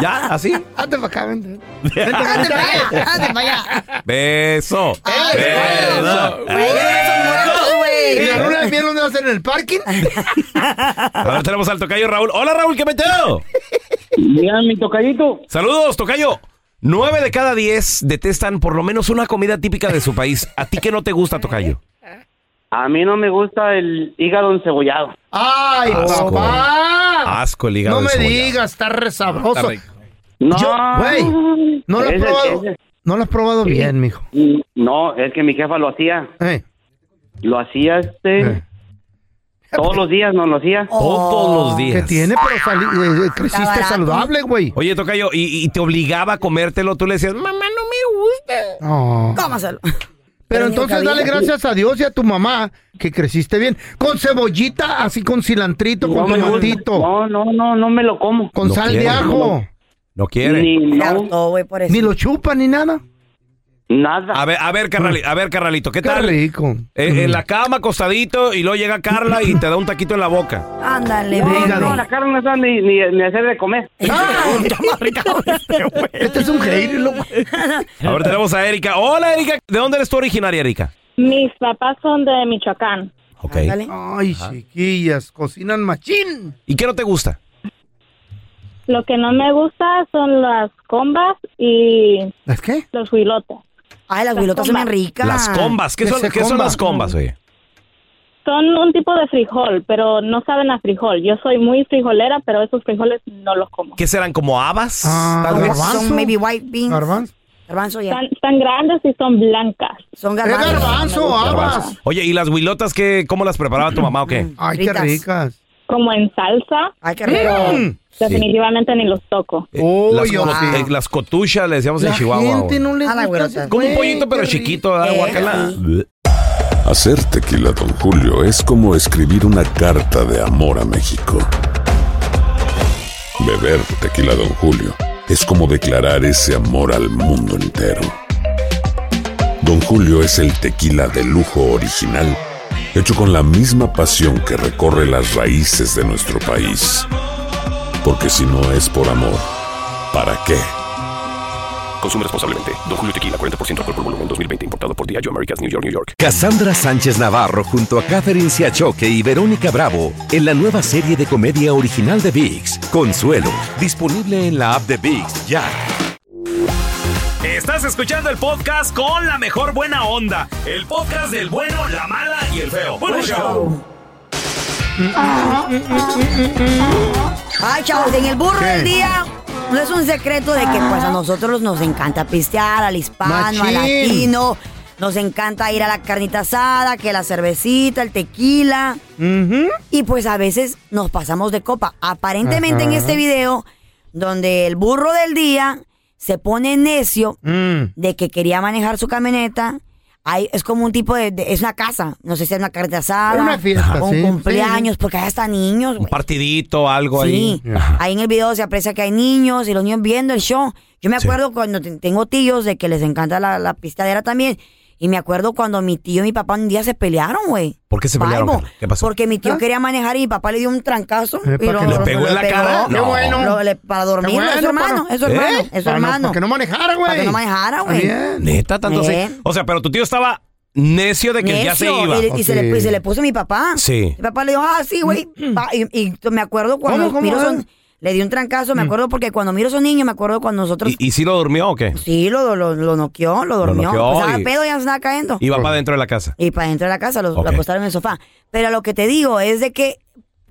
[SPEAKER 1] ¿Ya? ¿Así?
[SPEAKER 2] Hazte para acá, vente. Vente, vente para allá, hazte para allá.
[SPEAKER 1] Beso. Beso.
[SPEAKER 2] ¿Y la luna de miel dónde va a ser? ¿En el parking?
[SPEAKER 1] A ver, tenemos al tocayo Raúl. Hola, Raúl, ¿qué meteo?
[SPEAKER 10] Mira, mi tocayito.
[SPEAKER 1] Saludos, tocayo. Nueve de cada diez detestan por lo menos una comida típica de su país. ¿A ti qué no te gusta, tocayo?
[SPEAKER 10] A mí no me gusta el hígado encebollado.
[SPEAKER 2] ¡Ay,
[SPEAKER 1] Asco. Ah.
[SPEAKER 2] papá!
[SPEAKER 1] Asco el hígado
[SPEAKER 2] No me
[SPEAKER 1] encebollado.
[SPEAKER 2] digas, está re sabroso.
[SPEAKER 1] Está rico.
[SPEAKER 10] No.
[SPEAKER 2] Yo- güey, no lo has
[SPEAKER 10] Ese-
[SPEAKER 2] probado.
[SPEAKER 10] ese-
[SPEAKER 2] No lo has probado bien, mijo.
[SPEAKER 10] Mm, No, es que mi jefa lo hacía.
[SPEAKER 2] Eh.
[SPEAKER 10] Lo hacía este. Todos los días no lo hacía.
[SPEAKER 1] Todos los días.
[SPEAKER 2] Oh, ¿Qué tiene? Pero sali- eh, eh, creciste saludable, güey.
[SPEAKER 1] Oye, tocayo, ¿y, y te obligaba a comértelo? Tú le decías, mamá, no me gusta.
[SPEAKER 2] No.
[SPEAKER 3] Cómaselo.
[SPEAKER 2] Pero
[SPEAKER 3] Pero
[SPEAKER 2] entonces
[SPEAKER 3] nunca
[SPEAKER 2] dale
[SPEAKER 3] vi-
[SPEAKER 2] gracias a Dios y a tu mamá que creciste bien. Con cebollita, así con cilantrito, con
[SPEAKER 10] me gusta.
[SPEAKER 2] tomatito.
[SPEAKER 10] No, no, no, no me lo como.
[SPEAKER 2] Con
[SPEAKER 1] No
[SPEAKER 2] sal de
[SPEAKER 1] quiere.
[SPEAKER 2] ajo.
[SPEAKER 1] No quiere.
[SPEAKER 10] Ni, no,
[SPEAKER 2] Ni lo chupa ni nada.
[SPEAKER 10] nada.
[SPEAKER 1] A ver, a ver, carnali- a ver, carnalito, ¿qué tal?
[SPEAKER 2] rico. Mm.
[SPEAKER 1] Eh, en la cama, acostadito, y luego llega Carla y te da un taquito en la boca.
[SPEAKER 3] Ándale,
[SPEAKER 10] No,
[SPEAKER 3] venga.
[SPEAKER 10] no, la carne no está ni, ni, ni hacer de comer.
[SPEAKER 2] Este es un hater, loco.
[SPEAKER 1] A ver, tenemos a Erika. Hola, Erika. ¿De dónde eres tú originaria, Erika?
[SPEAKER 11] Mis papás son de Michoacán.
[SPEAKER 1] Ok.
[SPEAKER 2] Ay, chiquillas, cocinan machín.
[SPEAKER 1] ¿Y qué no te gusta?
[SPEAKER 11] Lo que no me gusta son las combas y...
[SPEAKER 2] ¿Las qué?
[SPEAKER 11] Los huilotes.
[SPEAKER 3] Ay, las huilotas son bien ricas.
[SPEAKER 1] Las combas. ¿Qué, son, qué son las combas, oye?
[SPEAKER 11] Son un tipo de frijol, pero no saben a frijol. Yo soy muy frijolera, pero esos frijoles no los como.
[SPEAKER 1] ¿Qué serán? ¿Como habas?
[SPEAKER 2] Ah,
[SPEAKER 1] Tal vez.
[SPEAKER 3] Son maybe white beans.
[SPEAKER 2] Garbanzo.
[SPEAKER 3] Garbanzo ya.
[SPEAKER 11] Están, están grandes y son blancas.
[SPEAKER 3] Son
[SPEAKER 2] garbanzos. Es garbanzo, habas.
[SPEAKER 1] Oye, ¿y las huilotas qué, cómo las preparaba tu mamá o qué?
[SPEAKER 2] Ay, qué ricas. Mm.
[SPEAKER 11] Como en salsa.
[SPEAKER 3] Ay, qué
[SPEAKER 11] pero
[SPEAKER 1] rico.
[SPEAKER 11] definitivamente ni los toco.
[SPEAKER 1] Eh,
[SPEAKER 2] Oh,
[SPEAKER 1] las,
[SPEAKER 2] yo
[SPEAKER 1] cot-
[SPEAKER 2] sí.
[SPEAKER 1] eh, las cotuchas le decíamos
[SPEAKER 2] La
[SPEAKER 1] en Chihuahua.
[SPEAKER 2] gente
[SPEAKER 1] güey.
[SPEAKER 2] no le
[SPEAKER 3] A la
[SPEAKER 2] gusta.
[SPEAKER 1] Como un
[SPEAKER 2] güey,
[SPEAKER 1] pollito, pero
[SPEAKER 2] qué rico.
[SPEAKER 1] chiquito, ¿verdad?
[SPEAKER 2] Eh,
[SPEAKER 1] Guácala.
[SPEAKER 12] Hacer tequila, Don Julio, es como escribir una carta de amor a México. Beber tequila, Don Julio, es como declarar ese amor al mundo entero. Don Julio es el tequila de lujo original, hecho con la misma pasión que recorre las raíces de nuestro país. Porque si no es por amor, ¿para qué?
[SPEAKER 13] Consume responsablemente. Don Julio Tequila 40% alcohol por volumen 2020 importado por Diageo Americas New York New York.
[SPEAKER 14] Cassandra Sánchez Navarro junto a Catherine Siachoque y Verónica Bravo en la nueva serie de comedia original de VIX, Consuelo, disponible en la app de VIX ya.
[SPEAKER 1] Estás escuchando el podcast con la mejor buena onda. El podcast del bueno, la mala y el feo. Bueno, show.
[SPEAKER 3] Ay, chavos, en el burro
[SPEAKER 1] ¿Qué?
[SPEAKER 3] del día. No es un secreto de que pues a nosotros nos encanta pistear al hispano, al
[SPEAKER 15] Machín.
[SPEAKER 3] latino. Nos encanta ir a la carnita asada, que la cervecita, el tequila. Y pues a veces nos pasamos de copa. Aparentemente en
[SPEAKER 15] Ajá.
[SPEAKER 3] este video, donde el burro del día se pone necio
[SPEAKER 2] Mm.
[SPEAKER 1] Mm.
[SPEAKER 3] de que quería manejar su camioneta. Hay, es como un tipo de, de- Es una casa. No sé si es una carnita asada.
[SPEAKER 2] Una fiesta,
[SPEAKER 3] o un
[SPEAKER 2] sí,
[SPEAKER 3] cumpleaños, porque allá están niños,
[SPEAKER 1] Un partidito, algo
[SPEAKER 3] Sí.
[SPEAKER 1] ahí.
[SPEAKER 3] Ahí en el video se aprecia que hay niños y los niños viendo el show. Yo me acuerdo cuando te- tengo tíos de que les encanta la, la pistadera también. Y me acuerdo cuando mi tío y mi papá un día se pelearon, güey.
[SPEAKER 1] ¿Por qué se
[SPEAKER 3] Palmo.
[SPEAKER 1] pelearon? Carla? ¿Qué pasó?
[SPEAKER 3] Porque mi
[SPEAKER 2] ¿Ah?
[SPEAKER 3] tío quería manejar y mi papá le dio un trancazo.
[SPEAKER 1] Epa,
[SPEAKER 3] y
[SPEAKER 1] que le pegó en la cara.
[SPEAKER 3] Lo-
[SPEAKER 1] Qué bueno.
[SPEAKER 3] lo- le- para dormir. es
[SPEAKER 2] Qué
[SPEAKER 3] su
[SPEAKER 2] bueno,
[SPEAKER 3] hermano,
[SPEAKER 2] para-
[SPEAKER 3] es su hermano,
[SPEAKER 2] ¿Eh?
[SPEAKER 3] es su
[SPEAKER 2] Para no-
[SPEAKER 3] hermano.
[SPEAKER 2] para que no manejara, güey.
[SPEAKER 3] Para que no manejara, güey.
[SPEAKER 2] Está bien.
[SPEAKER 1] Neta, tanto así.
[SPEAKER 3] Eh.
[SPEAKER 1] O sea, pero tu tío estaba necio de que ya se
[SPEAKER 3] Necio,
[SPEAKER 1] iba.
[SPEAKER 3] Y, le- y se le, y se le puso mi papá.
[SPEAKER 1] Sí.
[SPEAKER 3] Mi papá le dijo, ah, sí, güey. va, Y, y t- me acuerdo cuando
[SPEAKER 1] ¿Cómo, cómo,
[SPEAKER 3] miro
[SPEAKER 1] eh?
[SPEAKER 3] son- le di un trancazo, me acuerdo porque cuando miro a esos niños, me acuerdo cuando nosotros.
[SPEAKER 1] ¿Y, y sí lo durmió o qué?
[SPEAKER 3] Sí, lo, lo, lo noqueó, lo durmió.
[SPEAKER 1] noqueó
[SPEAKER 3] pues estaba
[SPEAKER 1] y-
[SPEAKER 3] pedo, ya se estaba cayendo.
[SPEAKER 1] Iba para dentro de la casa.
[SPEAKER 3] Y para dentro de la casa, los,
[SPEAKER 1] Ok.
[SPEAKER 3] lo acostaron en el sofá. Pero lo que te digo es de que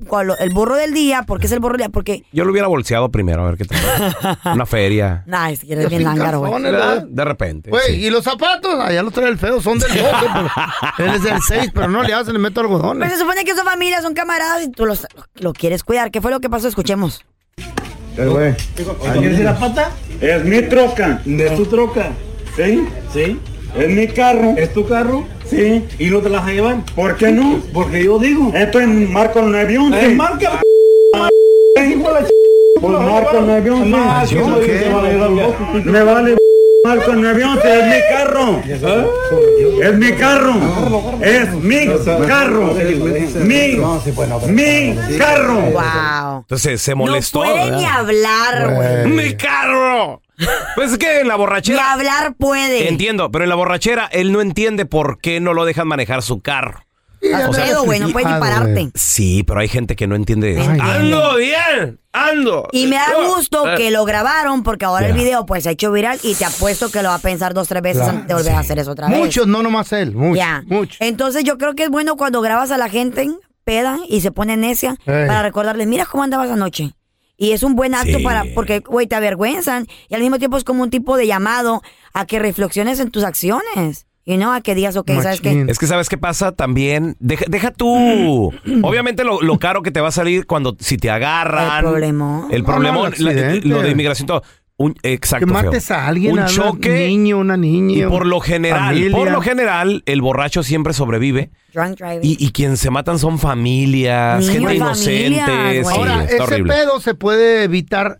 [SPEAKER 3] cuando- el burro del día, ¿por qué es el burro del día? Porque,
[SPEAKER 1] Yo lo hubiera bolseado primero, a ver qué tal. Una feria.
[SPEAKER 3] nah, es que eres bien lángaro, güey.
[SPEAKER 1] ¿Verdad? De repente.
[SPEAKER 2] Güey,
[SPEAKER 1] sí.
[SPEAKER 2] y los zapatos, allá los trae el feo, son del 12, pero él es del 6, pero no le hacen, le meto
[SPEAKER 3] Pero se
[SPEAKER 2] algodones.
[SPEAKER 3] supone que son familias, son camaradas y tú los, lo quieres cuidar. ¿Qué fue lo que pasó? Escuchemos.
[SPEAKER 2] Este
[SPEAKER 16] ¿Quieres ir a pata? Es mi troca. ¿De tu troca? ¿Sí? ¿Sí? Es mi carro. ¿Es tu carro? Sí. ¿Y no te las llevan? ¿Por qué no? Porque yo digo. Esto es marco 911.
[SPEAKER 17] Eh,
[SPEAKER 16] marca Pues marco 911.
[SPEAKER 17] Ah, sí,
[SPEAKER 16] Yo
[SPEAKER 17] ¿por
[SPEAKER 16] soy el
[SPEAKER 17] qué?
[SPEAKER 16] que vale la voz. Me vale Marco el avión, es mi carro. ¿Ah? Es mi carro. Es mi carro. Mi, mi carro.
[SPEAKER 1] Entonces se molestó. Ah.
[SPEAKER 3] Puede ni hablar, güey.
[SPEAKER 1] ¡Mi carro! Pues es que en la borrachera.
[SPEAKER 3] Ni hablar puede.
[SPEAKER 1] Entiendo, pero en la borrachera él no entiende por qué no lo dejan manejar su carro.
[SPEAKER 3] Estás pedo, güey, no puedes ni pararte.
[SPEAKER 1] Sí, pero hay gente que no entiende.
[SPEAKER 3] ¡Ando
[SPEAKER 1] bien! ¡Ando!
[SPEAKER 3] Y me da gusto
[SPEAKER 1] Ah.
[SPEAKER 3] que lo grabaron porque ahora el
[SPEAKER 2] Ya.
[SPEAKER 3] video pues se ha hecho viral y te apuesto que lo va a pensar dos, tres veces
[SPEAKER 2] Claro,
[SPEAKER 3] antes de volver a hacer eso otra vez.
[SPEAKER 2] Muchos, no nomás él. Muchos.
[SPEAKER 3] Ya. Entonces yo creo que es bueno cuando grabas a la gente peda y se pone necia
[SPEAKER 2] Ey.
[SPEAKER 3] para recordarles, mira cómo andabas anoche. Y es un buen acto
[SPEAKER 2] Sí.
[SPEAKER 3] para, porque, güey, te avergüenzan y al mismo tiempo es como un tipo de llamado a que reflexiones en tus acciones y no a que digas, ok, ¿sabes qué?
[SPEAKER 1] Es que sabes qué pasa también. Deja, deja tú. Obviamente lo, lo caro que te va a salir cuando si te agarran.
[SPEAKER 3] El problemón.
[SPEAKER 1] El
[SPEAKER 2] No,
[SPEAKER 1] problemón.
[SPEAKER 2] no, el
[SPEAKER 1] la-
[SPEAKER 2] accidente.
[SPEAKER 1] lo de inmigración todo. Un, exacto.
[SPEAKER 2] que mates
[SPEAKER 1] feo.
[SPEAKER 2] a alguien,
[SPEAKER 1] Un
[SPEAKER 2] a
[SPEAKER 1] choque.
[SPEAKER 2] un niño, una niña.
[SPEAKER 1] Y por lo general,
[SPEAKER 2] familia.
[SPEAKER 1] por lo general, el borracho siempre sobrevive.
[SPEAKER 3] Drunk driving.
[SPEAKER 1] Y, y quien se matan son familias,
[SPEAKER 2] Niños,
[SPEAKER 1] gente inocente.
[SPEAKER 2] familias,
[SPEAKER 1] sí,
[SPEAKER 2] güey. Ahora,
[SPEAKER 1] está
[SPEAKER 2] ese
[SPEAKER 1] horrible.
[SPEAKER 2] pedo se puede evitar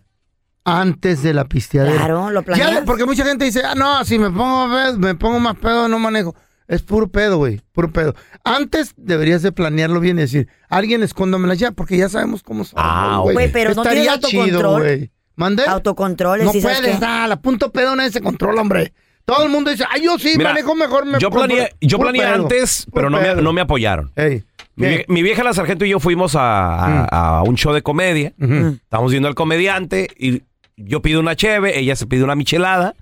[SPEAKER 2] antes de la pisteadera.
[SPEAKER 3] Claro, lo
[SPEAKER 2] planeas. porque mucha gente dice, ah, no, si me pongo, pe- me pongo más pedo, no manejo. Es puro pedo, güey, puro pedo. Antes deberías de planearlo bien y decir, alguien escóndamela ya, porque ya sabemos cómo son.
[SPEAKER 1] Ah,
[SPEAKER 3] Güey, pero no
[SPEAKER 2] Estaría
[SPEAKER 3] tienes autocontrol.
[SPEAKER 2] güey. ¿Mande?
[SPEAKER 3] Autocontrol.
[SPEAKER 2] No
[SPEAKER 3] sí, ¿sabes
[SPEAKER 2] puedes,
[SPEAKER 3] qué?
[SPEAKER 2] nada, la punto pedo nadie se controla, hombre. Todo el mundo dice, ay, yo sí,
[SPEAKER 1] Mira,
[SPEAKER 2] manejo mejor. Me
[SPEAKER 1] yo planeé, yo
[SPEAKER 2] puro
[SPEAKER 1] planeé
[SPEAKER 2] pedo,
[SPEAKER 1] antes,
[SPEAKER 2] puro
[SPEAKER 1] pero no me,
[SPEAKER 2] pedo".
[SPEAKER 1] no me apoyaron. Mi,
[SPEAKER 2] ¿qué? Mm.
[SPEAKER 1] vie- mi vieja la sargento y yo fuimos a, a- a un show de comedia.
[SPEAKER 3] Mm.
[SPEAKER 1] Estamos viendo al comediante y yo pido una cheve, ella se pide una michelada.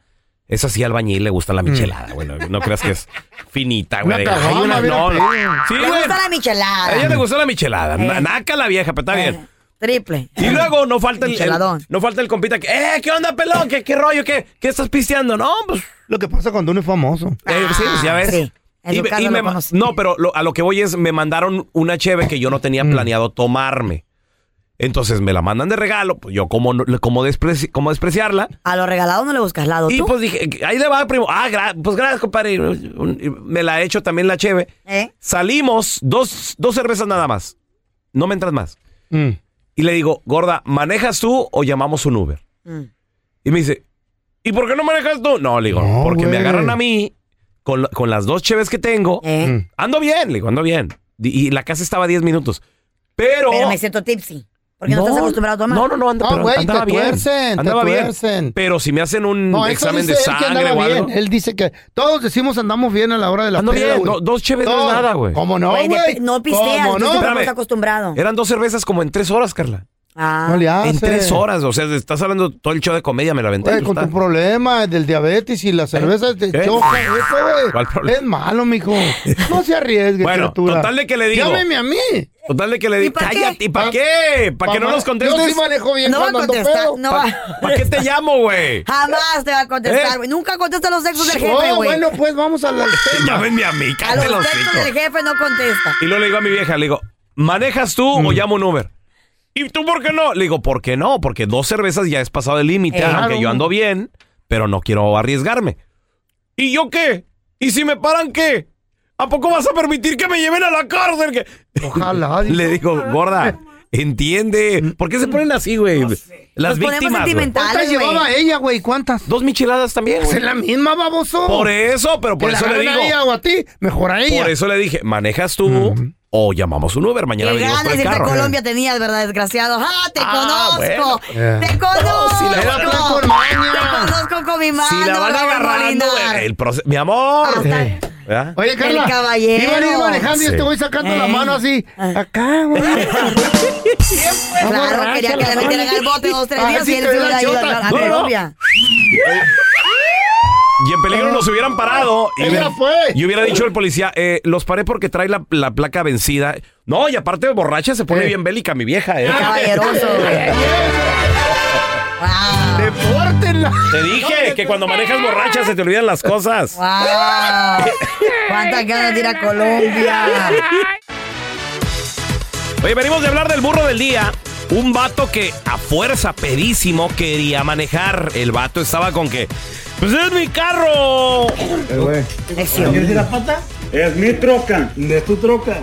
[SPEAKER 1] Esa sí al bañil le gusta la
[SPEAKER 2] Mm.
[SPEAKER 1] michelada. Bueno, no creas que es finita, güey.
[SPEAKER 3] Una
[SPEAKER 1] Hay
[SPEAKER 3] caguama,
[SPEAKER 1] unas-
[SPEAKER 3] bien
[SPEAKER 1] no, no.
[SPEAKER 3] pedido.
[SPEAKER 1] Sí,
[SPEAKER 3] Le
[SPEAKER 1] güey.
[SPEAKER 3] gusta la michelada.
[SPEAKER 1] A ella le gustó la michelada.
[SPEAKER 3] Eh.
[SPEAKER 1] Na- Naca la vieja, pero está bien.
[SPEAKER 3] Triple.
[SPEAKER 1] Y luego no falta el, el-
[SPEAKER 3] Micheladón.
[SPEAKER 1] no falta el compita que, eh, ¿qué onda, pelón? ¿Qué, qué rollo? ¿Qué, ¿Qué estás pisteando? No, pues
[SPEAKER 2] Lo que pasa cuando uno es famoso.
[SPEAKER 1] eh, sí, pues, ya ves.
[SPEAKER 2] sí. En
[SPEAKER 1] Y
[SPEAKER 2] su
[SPEAKER 1] me-
[SPEAKER 2] casa
[SPEAKER 1] y
[SPEAKER 2] lo
[SPEAKER 1] me ma- no, pero lo- a lo que voy es, me mandaron una cheve que yo no tenía planeado tomarme. Entonces me la mandan de regalo, pues yo como, no- como, despreci- como despreciarla.
[SPEAKER 3] A lo regalado no le buscas lado.
[SPEAKER 1] Y
[SPEAKER 3] tú.
[SPEAKER 1] pues dije, ahí le va, primo. Ah, gra- pues gracias, compadre. Y Me la he hecho también la cheve.
[SPEAKER 3] ¿Eh?
[SPEAKER 1] Salimos, dos, dos cervezas nada más. No me entras más.
[SPEAKER 2] Mm.
[SPEAKER 1] Y le digo, gorda, ¿manejas tú o llamamos un Uber?
[SPEAKER 3] Mm.
[SPEAKER 1] Y me dice, ¿y por qué no manejas tú? No, le digo, porque me
[SPEAKER 15] güey.
[SPEAKER 1] agarran a mí con, la- con las dos cheves que tengo.
[SPEAKER 3] Mm.
[SPEAKER 1] Ando bien, le digo, ando bien. Y, y la casa estaba a 10 minutos. Pero...
[SPEAKER 3] Pero me siento tipsy. Porque no,
[SPEAKER 1] No,
[SPEAKER 3] estás acostumbrado a tomar.
[SPEAKER 1] no, no, no, anda-
[SPEAKER 2] No,
[SPEAKER 1] pero
[SPEAKER 2] güey,
[SPEAKER 1] andaba
[SPEAKER 2] te
[SPEAKER 1] bien.
[SPEAKER 2] tuercen, te
[SPEAKER 1] andaba bien.
[SPEAKER 2] tuercen.
[SPEAKER 1] Pero si me hacen un
[SPEAKER 2] No, eso
[SPEAKER 1] examen de
[SPEAKER 2] dice él que
[SPEAKER 1] sangre o
[SPEAKER 2] andaba
[SPEAKER 1] algo.
[SPEAKER 2] bien. Él dice que todos decimos andamos bien a la hora de la
[SPEAKER 1] Ando
[SPEAKER 2] peda,
[SPEAKER 1] bien,
[SPEAKER 2] güey.
[SPEAKER 1] no, dos cheves no es nada, güey.
[SPEAKER 2] ¿Cómo no,
[SPEAKER 3] Güey,
[SPEAKER 2] güey?
[SPEAKER 3] de- no pisteas, tú
[SPEAKER 2] ¿Cómo no?
[SPEAKER 3] tampoco
[SPEAKER 1] Espérame.
[SPEAKER 3] estás acostumbrado.
[SPEAKER 1] Eran dos cervezas como en tres horas, Carla.
[SPEAKER 3] Ah.
[SPEAKER 1] En tres horas, o sea, estás hablando todo el show de comedia, me la aventé. pues,
[SPEAKER 2] Güey, con tu problema del diabetes y la cerveza
[SPEAKER 1] ¿Eh?
[SPEAKER 2] te choca, eso, güey.
[SPEAKER 1] ¿Cuál problema?
[SPEAKER 2] Es malo, mijo. No se arriesgue,
[SPEAKER 1] Bueno,
[SPEAKER 2] criatura.
[SPEAKER 1] total de que le digo.
[SPEAKER 2] Llámeme a mí.
[SPEAKER 1] Total de que le di, cállate, ¿y para qué? ¿Para que no
[SPEAKER 2] Mamá,
[SPEAKER 1] nos contestes?
[SPEAKER 2] yo sí manejo bien
[SPEAKER 3] No pues, va a
[SPEAKER 2] cuando ando
[SPEAKER 3] contestar,
[SPEAKER 2] pedo.
[SPEAKER 3] no va a
[SPEAKER 1] ¿Para qué te llamo, güey?
[SPEAKER 3] Jamás te va a contestar,
[SPEAKER 1] ¿Eh?
[SPEAKER 3] güey. Nunca contesta los textos del jefe,
[SPEAKER 2] Oh,
[SPEAKER 3] güey.
[SPEAKER 2] bueno, pues vamos a la...
[SPEAKER 1] Llámenme a mí,
[SPEAKER 3] a
[SPEAKER 1] cállate
[SPEAKER 3] los
[SPEAKER 1] los
[SPEAKER 3] textos del
[SPEAKER 1] cinco.
[SPEAKER 3] jefe no contesta.
[SPEAKER 1] Y luego le digo a mi vieja, le digo, ¿manejas tú
[SPEAKER 2] Mm.
[SPEAKER 1] o llamo un Uber? ¿Y tú por qué no? Le digo, ¿por qué no? Porque dos cervezas ya es pasado el límite,
[SPEAKER 15] Eh.
[SPEAKER 1] aunque
[SPEAKER 15] Claro.
[SPEAKER 1] yo ando bien, pero no quiero arriesgarme. ¿Y yo qué? ¿Y si me paran qué? ¿A poco vas a permitir que me lleven a la cárcel? Que-
[SPEAKER 2] Ojalá.
[SPEAKER 1] le digo, gorda, entiende. ¿Por qué
[SPEAKER 3] Mm.
[SPEAKER 1] se ponen así, güey? Las víctimas. güey.
[SPEAKER 2] ¿Cuántas llevaba ella, güey? ¿Cuántas?
[SPEAKER 1] Dos micheladas también,
[SPEAKER 2] Pues
[SPEAKER 1] güey.
[SPEAKER 2] es la misma, baboso.
[SPEAKER 1] Por eso, pero por
[SPEAKER 2] Que la
[SPEAKER 1] eso le
[SPEAKER 2] agarren a
[SPEAKER 1] digo.
[SPEAKER 2] ella o a ti, mejor a ella.
[SPEAKER 1] Por eso le dije, ¿manejas tú o llamamos un Uber? Mañana
[SPEAKER 3] Qué
[SPEAKER 1] venimos por
[SPEAKER 3] ganas
[SPEAKER 1] el
[SPEAKER 3] de
[SPEAKER 1] carro.
[SPEAKER 3] Colombia tenías, ¿verdad, desgraciado? ¡Ah, te conozco!
[SPEAKER 2] Eh.
[SPEAKER 1] bueno.
[SPEAKER 3] ¡Te conozco!
[SPEAKER 1] si la van a-
[SPEAKER 2] con maña.
[SPEAKER 3] ¡Te conozco con mi mano!
[SPEAKER 1] Si la van
[SPEAKER 3] Raúl
[SPEAKER 1] agarrando,
[SPEAKER 3] Molina.
[SPEAKER 1] güey, el proceso. Mi amor. Eh, ¿verdad?
[SPEAKER 2] Oye, Carla.
[SPEAKER 3] El caballero.
[SPEAKER 2] Iban a ir manejando y
[SPEAKER 1] Sí.
[SPEAKER 2] este güey sacando
[SPEAKER 3] Eh.
[SPEAKER 2] la mano así. Acá, güey.
[SPEAKER 3] Claro, quería que le metieran al bote dos, tres
[SPEAKER 2] Ah,
[SPEAKER 3] días
[SPEAKER 2] sí,
[SPEAKER 3] y él
[SPEAKER 2] te
[SPEAKER 3] se
[SPEAKER 2] dio
[SPEAKER 3] hubiera
[SPEAKER 2] la
[SPEAKER 3] ido
[SPEAKER 2] chota.
[SPEAKER 3] a- a
[SPEAKER 1] No, no.
[SPEAKER 3] Colombia.
[SPEAKER 1] Y en peligro nos hubieran parado. Y
[SPEAKER 2] Oh, Ella
[SPEAKER 1] hubiera,
[SPEAKER 2] fue.
[SPEAKER 1] y hubiera dicho el policía, eh, los paré porque trae la, la placa vencida. No, y aparte borracha se pone bien bélica mi vieja. eh.
[SPEAKER 3] Caballeroso,
[SPEAKER 2] ¡Depórtenla!
[SPEAKER 1] Te dije que cuando manejas borracha se te olvidan las cosas.
[SPEAKER 3] ¡Wow! ¡Cuántas ganas de ir a Colombia!
[SPEAKER 1] Oye, venimos de hablar del burro del día. Un vato que a fuerza pedísimo quería manejar. El vato estaba con que, pues es mi carro.
[SPEAKER 2] Eh,
[SPEAKER 16] ¿Quieres ir a pata? Es mi troca. Es tu troca.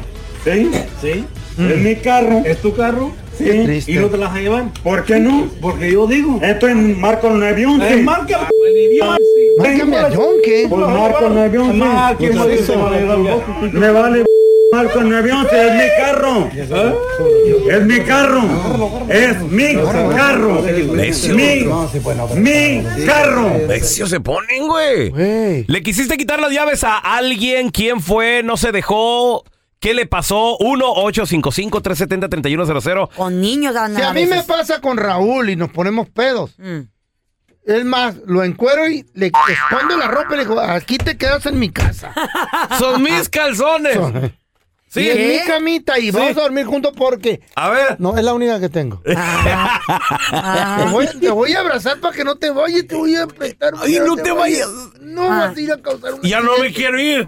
[SPEAKER 16] ¿Sí? ¿Sí? Es mi carro. ¿Es tu carro?
[SPEAKER 6] Qué
[SPEAKER 16] Sí.
[SPEAKER 6] triste.
[SPEAKER 16] ¿Y no te las llevan? ¿Por qué no? Porque yo digo. Esto es Marco el Nevión.
[SPEAKER 6] Es
[SPEAKER 16] Marco el
[SPEAKER 2] Déjame a Yonke.
[SPEAKER 16] Pues Marco Navión,
[SPEAKER 2] Marco,
[SPEAKER 16] ¿qué
[SPEAKER 2] ¿qué
[SPEAKER 16] me
[SPEAKER 2] es eso?
[SPEAKER 16] Me vale Marco Navión, es mi carro. Es mi carro. Es mi carro.
[SPEAKER 1] Necio.
[SPEAKER 16] Mi, mi carro.
[SPEAKER 1] Necio se ponen, güey. ¿Le quisiste quitar las llaves a alguien? ¿Quién fue? ¿No se dejó? ¿Qué le pasó? 1-855-370-3100.
[SPEAKER 3] Con niños andan
[SPEAKER 2] Si a mí me pasa con Raúl y nos ponemos pedos.
[SPEAKER 3] Mm.
[SPEAKER 2] Es más, lo encuero y le escondo la ropa y le digo, aquí te quedas en mi casa.
[SPEAKER 1] Son mis calzones.
[SPEAKER 2] Sí, en mi camita y vamos a dormir juntos porque.
[SPEAKER 1] A ver. Ah.
[SPEAKER 2] No, es la única que tengo. Te, voy, te voy a abrazar para que no te vayas, te voy a apretar.
[SPEAKER 1] Ay, no te vayas.
[SPEAKER 2] No
[SPEAKER 3] Ah.
[SPEAKER 2] vas a ir a causar un.
[SPEAKER 1] Ya no me quiero ir.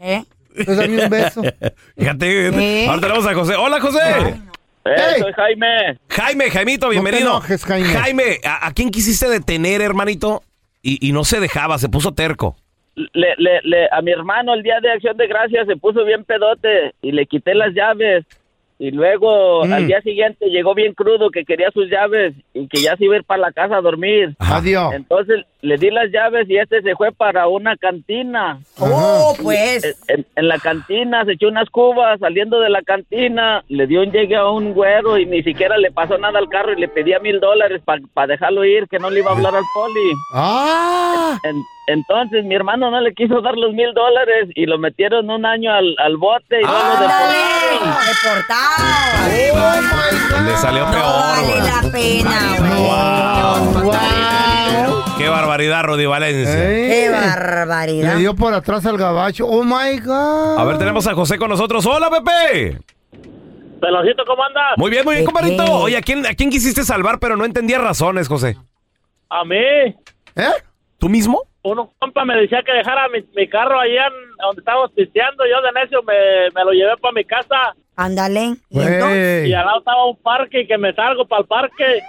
[SPEAKER 3] ¿Eh?
[SPEAKER 2] Pues dame un beso.
[SPEAKER 1] Fíjate.
[SPEAKER 2] ¿Eh?
[SPEAKER 1] Ahora tenemos a José. Hola, José.
[SPEAKER 2] soy
[SPEAKER 1] Jaime. Jaime, Jaimito, bienvenido.
[SPEAKER 2] enojes, Jaime.
[SPEAKER 1] ¿a, a quién quisiste detener, hermanito? Y, y no se dejaba, se puso terco.
[SPEAKER 15] le, le, le- a mi hermano el día de acción de gracias se puso bien pedote y le quité las llaves. Y luego
[SPEAKER 2] Mm.
[SPEAKER 15] al día siguiente llegó bien crudo que quería sus llaves y que ya se iba a ir para la casa a dormir.
[SPEAKER 2] Adiós.
[SPEAKER 15] Entonces le di las llaves y este se fue para una cantina.
[SPEAKER 3] Oh, pues.
[SPEAKER 15] En, en la cantina se echó unas cubas saliendo de la cantina. Le dio un llegue a un güero y ni siquiera le pasó nada al carro y le pedía mil dólares para dejarlo ir, que no le iba a hablar al poli.
[SPEAKER 2] Ah.
[SPEAKER 15] entonces mi hermano no le quiso dar los mil dólares y lo metieron un año al, al bote y no lo deportaron.
[SPEAKER 1] Le salió peor, güey.
[SPEAKER 3] La pena, güey.
[SPEAKER 1] Qué barbaridad, Rudy Valencia.
[SPEAKER 3] Qué barbaridad.
[SPEAKER 2] Le dio por atrás al gabacho. Oh my God.
[SPEAKER 1] A ver, tenemos a José con nosotros. Hola, Pepe.
[SPEAKER 8] Peloncito, ¿cómo andas?
[SPEAKER 1] Muy bien, muy bien, compadrito. Oye, ¿a quién, ¿a quién quisiste salvar, pero no entendía razones, José?
[SPEAKER 8] A mí.
[SPEAKER 2] ¿Eh?
[SPEAKER 1] ¿Tú mismo?
[SPEAKER 8] Uno compa me decía que dejara mi, mi carro allá en- donde estábamos pisteando. Yo de necio me, me lo llevé para mi casa.
[SPEAKER 3] Ándale.
[SPEAKER 8] Y al lado estaba un parque y que me salgo para el parque.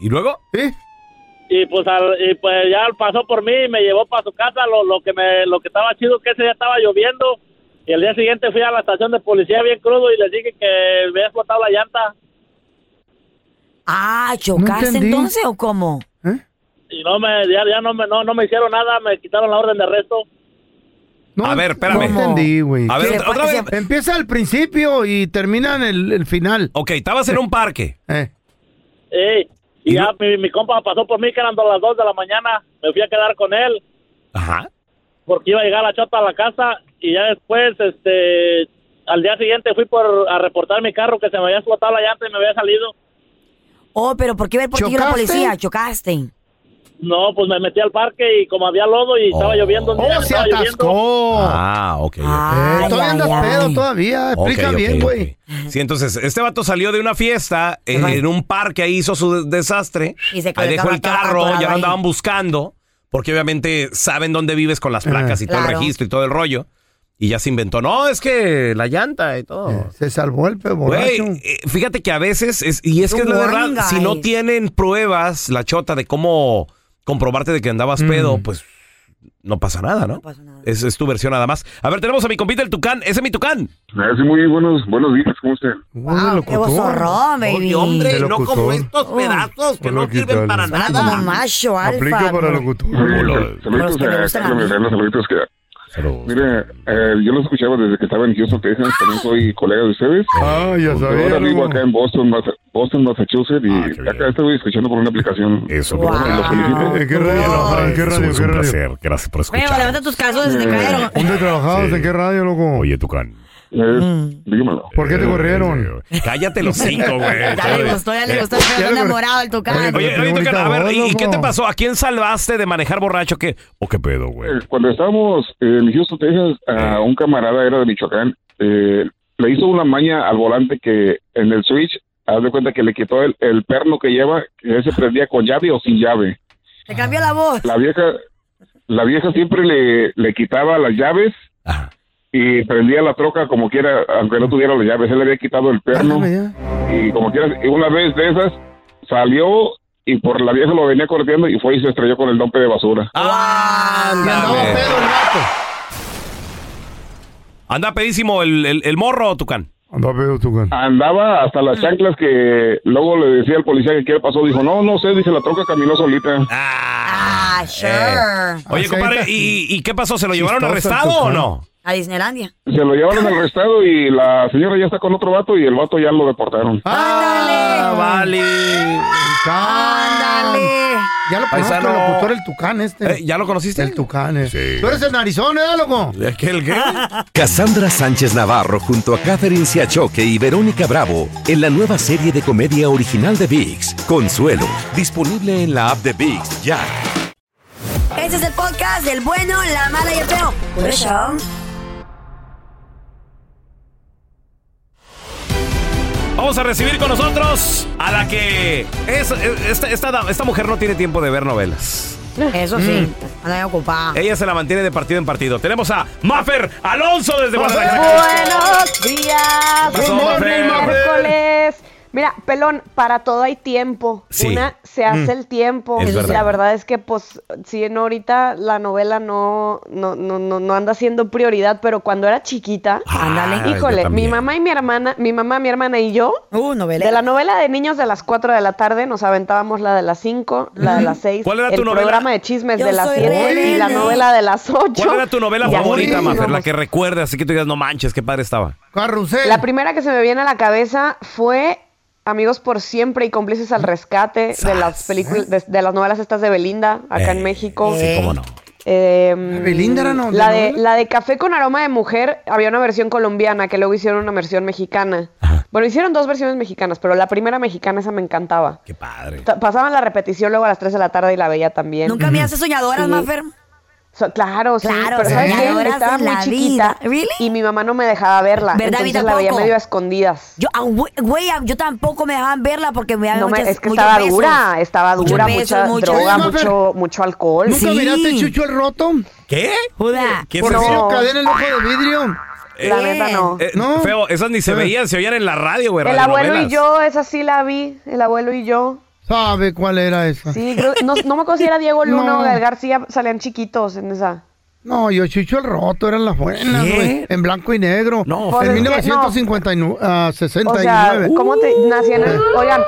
[SPEAKER 1] ¿Y luego?
[SPEAKER 2] Sí.
[SPEAKER 8] Y pues, al- y pues ya pasó por mí y me llevó para su casa. Lo, lo, que me, lo que estaba chido que ese día estaba lloviendo. Y el día siguiente fui a la estación de policía bien crudo y les dije que me había explotado la llanta.
[SPEAKER 3] Ah, ¿chocaste
[SPEAKER 8] entendí.
[SPEAKER 3] entonces o cómo?
[SPEAKER 8] Y no me, ya, ya no, me, no, no me hicieron nada, me quitaron la orden de arresto.
[SPEAKER 1] a ver, espérame.
[SPEAKER 2] No entendí, güey.
[SPEAKER 1] A ver, otra- otra vez.
[SPEAKER 2] Empieza al principio y termina en el, el final.
[SPEAKER 1] Ok, estabas en un parque.
[SPEAKER 2] Eh.
[SPEAKER 8] Ey, y ya mi, mi compa pasó por mí que eran las 2 de la mañana. Me fui a quedar con él
[SPEAKER 1] Ajá.
[SPEAKER 8] porque iba a llegar la chota a la casa. Y ya después, este, al día siguiente fui por a reportar mi carro que se me había explotado la llanta y me había salido.
[SPEAKER 3] Oh, pero ¿por qué ver por ti la
[SPEAKER 8] ¿Chocaste?
[SPEAKER 3] policía? Chocaste.
[SPEAKER 8] No, pues me metí al parque y como había lodo y estaba lloviendo. un día
[SPEAKER 2] Oh, se
[SPEAKER 8] estaba lloviendo.
[SPEAKER 2] atascó.
[SPEAKER 1] Ah, ok. ok.
[SPEAKER 2] Eh, todavía andas pedo, todavía.
[SPEAKER 1] Ok,
[SPEAKER 2] Explica
[SPEAKER 1] ok,
[SPEAKER 2] bien,
[SPEAKER 1] ok.
[SPEAKER 2] güey.
[SPEAKER 1] Sí, entonces, este vato salió de una fiesta en, en un parque, ahí hizo su de- desastre.
[SPEAKER 3] Y se quedó
[SPEAKER 1] ahí dejó el
[SPEAKER 3] atorado
[SPEAKER 1] carro, ya
[SPEAKER 3] ahí.
[SPEAKER 1] lo andaban buscando, porque obviamente saben dónde vives con las placas y todo
[SPEAKER 3] Claro.
[SPEAKER 1] el registro y todo el rollo. Y ya se inventó, no, es que la llanta y todo.
[SPEAKER 2] Se salvó el pedo
[SPEAKER 1] Güey,
[SPEAKER 2] borracho.
[SPEAKER 1] eh, fíjate que a veces, es, y es
[SPEAKER 2] Un
[SPEAKER 1] que es la verdad,
[SPEAKER 2] warning,
[SPEAKER 1] si no
[SPEAKER 2] guys.
[SPEAKER 1] tienen pruebas, la chota, de cómo comprobarte de que andabas pedo, pues no pasa nada, ¿no? Es, es tu versión nada más. A ver, tenemos a mi compita el Tucán. Ese es mi Tucán.
[SPEAKER 17] Ah, sí, muy buenos, buenos días, ¿cómo se?
[SPEAKER 3] Qué bozorrón, baby.
[SPEAKER 1] Oye, hombre,
[SPEAKER 17] De
[SPEAKER 1] no
[SPEAKER 17] locutor.
[SPEAKER 1] como estos
[SPEAKER 3] Oh.
[SPEAKER 1] pedazos que no sirven para
[SPEAKER 3] Suena
[SPEAKER 1] nada.
[SPEAKER 3] como macho, alfa. ¿no?
[SPEAKER 17] Hola.
[SPEAKER 3] Los
[SPEAKER 17] Saluditos
[SPEAKER 3] que le
[SPEAKER 17] a
[SPEAKER 3] gustan a
[SPEAKER 17] Carla
[SPEAKER 3] mí.
[SPEAKER 17] Medrano, saluditos que... Mira, eh, yo los escuchaba desde que estaba en Houston, Texas, también soy colega de ustedes. Ah, ya
[SPEAKER 18] sabía,
[SPEAKER 17] Ahora vivo
[SPEAKER 18] loco.
[SPEAKER 17] acá en Boston, Massa- Boston Massachusetts, y acá estoy escuchando por una aplicación. Eso, los felicito.
[SPEAKER 18] ¿En qué radio? ¿En qué radio? ¿Qué radio? gracias por
[SPEAKER 3] Veo, levanta tus calzones, se te cayeron.
[SPEAKER 18] ¿Dónde trabajabas? ¿En qué radio, loco? Oye, Tucán.
[SPEAKER 2] Mm.
[SPEAKER 17] Dígamelo.
[SPEAKER 18] ¿Por
[SPEAKER 2] Eh,
[SPEAKER 18] qué te corrieron?
[SPEAKER 1] Cállate los cinco, güey.
[SPEAKER 3] Ya le gustó, ya le gustó.
[SPEAKER 1] Eh,
[SPEAKER 3] Está enamorado el tucán.
[SPEAKER 1] Oye, oye, Tucán, a ver, ¿y, y qué te pasó? ¿A quién salvaste de manejar borracho? ¿Qué? ¿O qué pedo, güey?
[SPEAKER 17] Eh, Cuando estábamos en Houston, Texas, a un camarada era de Michoacán, eh, le hizo una maña al volante que en el switch, haz de cuenta que le quitó el, el perno que lleva, que ese prendía con llave o sin llave.
[SPEAKER 3] Te cambió la voz.
[SPEAKER 17] La vieja, la vieja siempre le, le quitaba las llaves y prendía la troca como quiera, aunque no tuviera las llaves, él le había quitado el perno y como quiera, y una vez de esas salió y por la vieja lo venía corriendo y fue y se estrelló con el dompe de basura.
[SPEAKER 1] Ah, Anda pedísimo el, el, el morro, Tucán.
[SPEAKER 17] Andaba Andaba hasta las chanclas que luego le decía al policía que qué pasó. Dijo, no, no sé, dice, la troca caminó solita.
[SPEAKER 3] Ah, sure.
[SPEAKER 1] Oye, compadre, ¿y, y qué pasó? ¿Se lo llevaron arrestado o no?
[SPEAKER 3] A Disneylandia.
[SPEAKER 17] Se lo llevaron al arrestado y la señora ya está con otro vato y el vato ya lo deportaron.
[SPEAKER 2] ¡Ah, vale! ¡Ándale! Ya lo conozco, el
[SPEAKER 1] Paisano. Eh,
[SPEAKER 2] locutor, el Tucán este.
[SPEAKER 1] ¿Ya lo conociste?
[SPEAKER 2] El Tucán. eh. Tú eres el narizón, ¿eh, loco?
[SPEAKER 1] ¿De aquel qué?
[SPEAKER 14] Cassandra Sánchez Navarro junto a Catherine Siachoque y Verónica Bravo en la nueva serie de comedia original de VIX, Consuelo, disponible en la app de VIX ya.
[SPEAKER 3] Este es el podcast del bueno, la mala y el feo. Por eso.
[SPEAKER 1] Vamos a recibir con nosotros a la que... es- es- esta, esta da- esta mujer no tiene tiempo de ver novelas.
[SPEAKER 3] Eso sí, andan
[SPEAKER 19] Ah.
[SPEAKER 3] ocupada.
[SPEAKER 1] Ella se la mantiene de partido en partido. Tenemos a Maffer Alonso desde Guadalajara.
[SPEAKER 19] Buenos días,
[SPEAKER 1] Pasó,
[SPEAKER 19] buenos
[SPEAKER 1] Maffer.
[SPEAKER 19] miércoles. Mira, pelón, para todo hay tiempo.
[SPEAKER 1] Sí.
[SPEAKER 19] Una se hace
[SPEAKER 1] Mm.
[SPEAKER 19] el tiempo.
[SPEAKER 1] Es verdad.
[SPEAKER 19] La verdad es que, pues, si no, ahorita la novela no, no, no, no, no anda siendo prioridad, pero cuando era chiquita,
[SPEAKER 1] Ah,
[SPEAKER 3] Ándale. yo
[SPEAKER 19] híjole, mi
[SPEAKER 3] también.
[SPEAKER 19] mamá y mi hermana, mi mamá, mi hermana y yo,
[SPEAKER 3] Uh, novela.
[SPEAKER 19] de la novela de niños de las 4 de la tarde, nos aventábamos la de las 5, la de las 6,
[SPEAKER 1] ¿Cuál era
[SPEAKER 19] el
[SPEAKER 1] tu novela?
[SPEAKER 19] programa de chismes
[SPEAKER 3] Yo
[SPEAKER 19] de las
[SPEAKER 3] soy
[SPEAKER 19] 7 y la
[SPEAKER 3] rebelde.
[SPEAKER 19] novela de las 8.
[SPEAKER 1] ¿Cuál era tu novela
[SPEAKER 19] Y así
[SPEAKER 1] favorita,
[SPEAKER 19] nos
[SPEAKER 1] Maffer? La
[SPEAKER 19] íbamos.
[SPEAKER 1] que recuerdas, así que tú digas, no manches, qué padre estaba.
[SPEAKER 19] La primera que se me viene a la cabeza fue Amigos por siempre y cómplices al rescate de las películas de, de las novelas estas de Belinda acá en México.
[SPEAKER 1] Ah, Eh, Sí, cómo no.
[SPEAKER 19] Eh,
[SPEAKER 2] Belinda era no-
[SPEAKER 19] la
[SPEAKER 2] de
[SPEAKER 19] de
[SPEAKER 2] novela?
[SPEAKER 19] la de café con aroma de mujer había una versión colombiana que luego hicieron una versión mexicana. Bueno, hicieron dos versiones mexicanas, pero la primera mexicana esa me encantaba.
[SPEAKER 1] Qué padre.
[SPEAKER 19] Ta- Pasaban la repetición luego a las 3 de la tarde y la veía también.
[SPEAKER 3] Nunca me hace soñadoras,
[SPEAKER 19] Sí.
[SPEAKER 3] Maffer.
[SPEAKER 19] So- claro, sí,
[SPEAKER 3] Claro,
[SPEAKER 19] pero ¿sabes qué?
[SPEAKER 3] soñadoras
[SPEAKER 19] Estaba
[SPEAKER 3] en
[SPEAKER 19] muy
[SPEAKER 3] la
[SPEAKER 19] chiquita y mi mamá no me dejaba verla,
[SPEAKER 3] ¿Verdad? A mí
[SPEAKER 19] entonces la veía
[SPEAKER 3] tampoco.
[SPEAKER 19] medio a escondidas.
[SPEAKER 3] Yo, ah, güey, güey, ah, yo tampoco me dejaban verla porque me daban
[SPEAKER 19] No me-
[SPEAKER 3] muchas-
[SPEAKER 19] es que
[SPEAKER 3] muchos
[SPEAKER 19] estaba
[SPEAKER 3] besos.
[SPEAKER 19] dura, estaba
[SPEAKER 3] Muchos
[SPEAKER 19] dura,
[SPEAKER 3] besos,
[SPEAKER 19] mucha
[SPEAKER 3] muchos-
[SPEAKER 19] droga,
[SPEAKER 3] Oye, Maffer,
[SPEAKER 19] mucho, mucho alcohol.
[SPEAKER 2] ¿Nunca miraste Chucho el Roto?
[SPEAKER 1] ¿Qué?
[SPEAKER 3] Joda.
[SPEAKER 1] ¿Qué
[SPEAKER 2] Por
[SPEAKER 1] es
[SPEAKER 2] fin
[SPEAKER 1] eso?
[SPEAKER 2] cadena el ojo de vidrio.
[SPEAKER 19] La neta no.
[SPEAKER 1] Eh, Feo, esas ni se
[SPEAKER 2] Eh.
[SPEAKER 1] veían, se oían en la radio, güey.
[SPEAKER 19] El abuelo y
[SPEAKER 1] radionovelas.
[SPEAKER 19] yo, esa sí la vi, el abuelo y yo.
[SPEAKER 2] ¿Sabe cuál era esa?
[SPEAKER 19] Sí, creo- no, no me acuerdo si era Diego Luna
[SPEAKER 2] No.
[SPEAKER 19] o Gael García, salían chiquitos en esa.
[SPEAKER 2] No, yo Chucho el Roto eran las buenas,
[SPEAKER 19] ¿Qué?
[SPEAKER 2] güey. En blanco y negro.
[SPEAKER 19] Pues es
[SPEAKER 2] en
[SPEAKER 19] que
[SPEAKER 2] 1959. ah,
[SPEAKER 19] O sea,
[SPEAKER 2] 69.
[SPEAKER 1] Uh,
[SPEAKER 19] ¿cómo te nací en el-
[SPEAKER 2] Eh.
[SPEAKER 19] Oigan,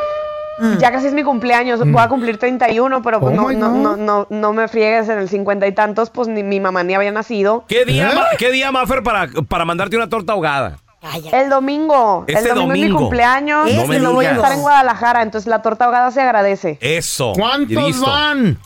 [SPEAKER 3] Mm.
[SPEAKER 19] ya casi es mi cumpleaños,
[SPEAKER 1] Mm.
[SPEAKER 19] voy a cumplir 31, pero pues
[SPEAKER 2] Oh
[SPEAKER 19] no,
[SPEAKER 2] my
[SPEAKER 19] no,
[SPEAKER 2] God.
[SPEAKER 19] no, no, no me friegues en el cincuenta y tantos, pues ni mi mamá ni había nacido.
[SPEAKER 1] ¿Qué día, Ma- ¿Qué día, Maffer, para, para mandarte una torta ahogada?
[SPEAKER 19] El domingo,
[SPEAKER 1] Este
[SPEAKER 19] el domingo, es mi
[SPEAKER 1] domingo.
[SPEAKER 19] cumpleaños,
[SPEAKER 1] No me
[SPEAKER 19] y voy a
[SPEAKER 1] digas.
[SPEAKER 19] estar en Guadalajara, entonces la torta ahogada se agradece.
[SPEAKER 1] Eso. Y
[SPEAKER 19] ¿Cuántos
[SPEAKER 1] listo.
[SPEAKER 19] van?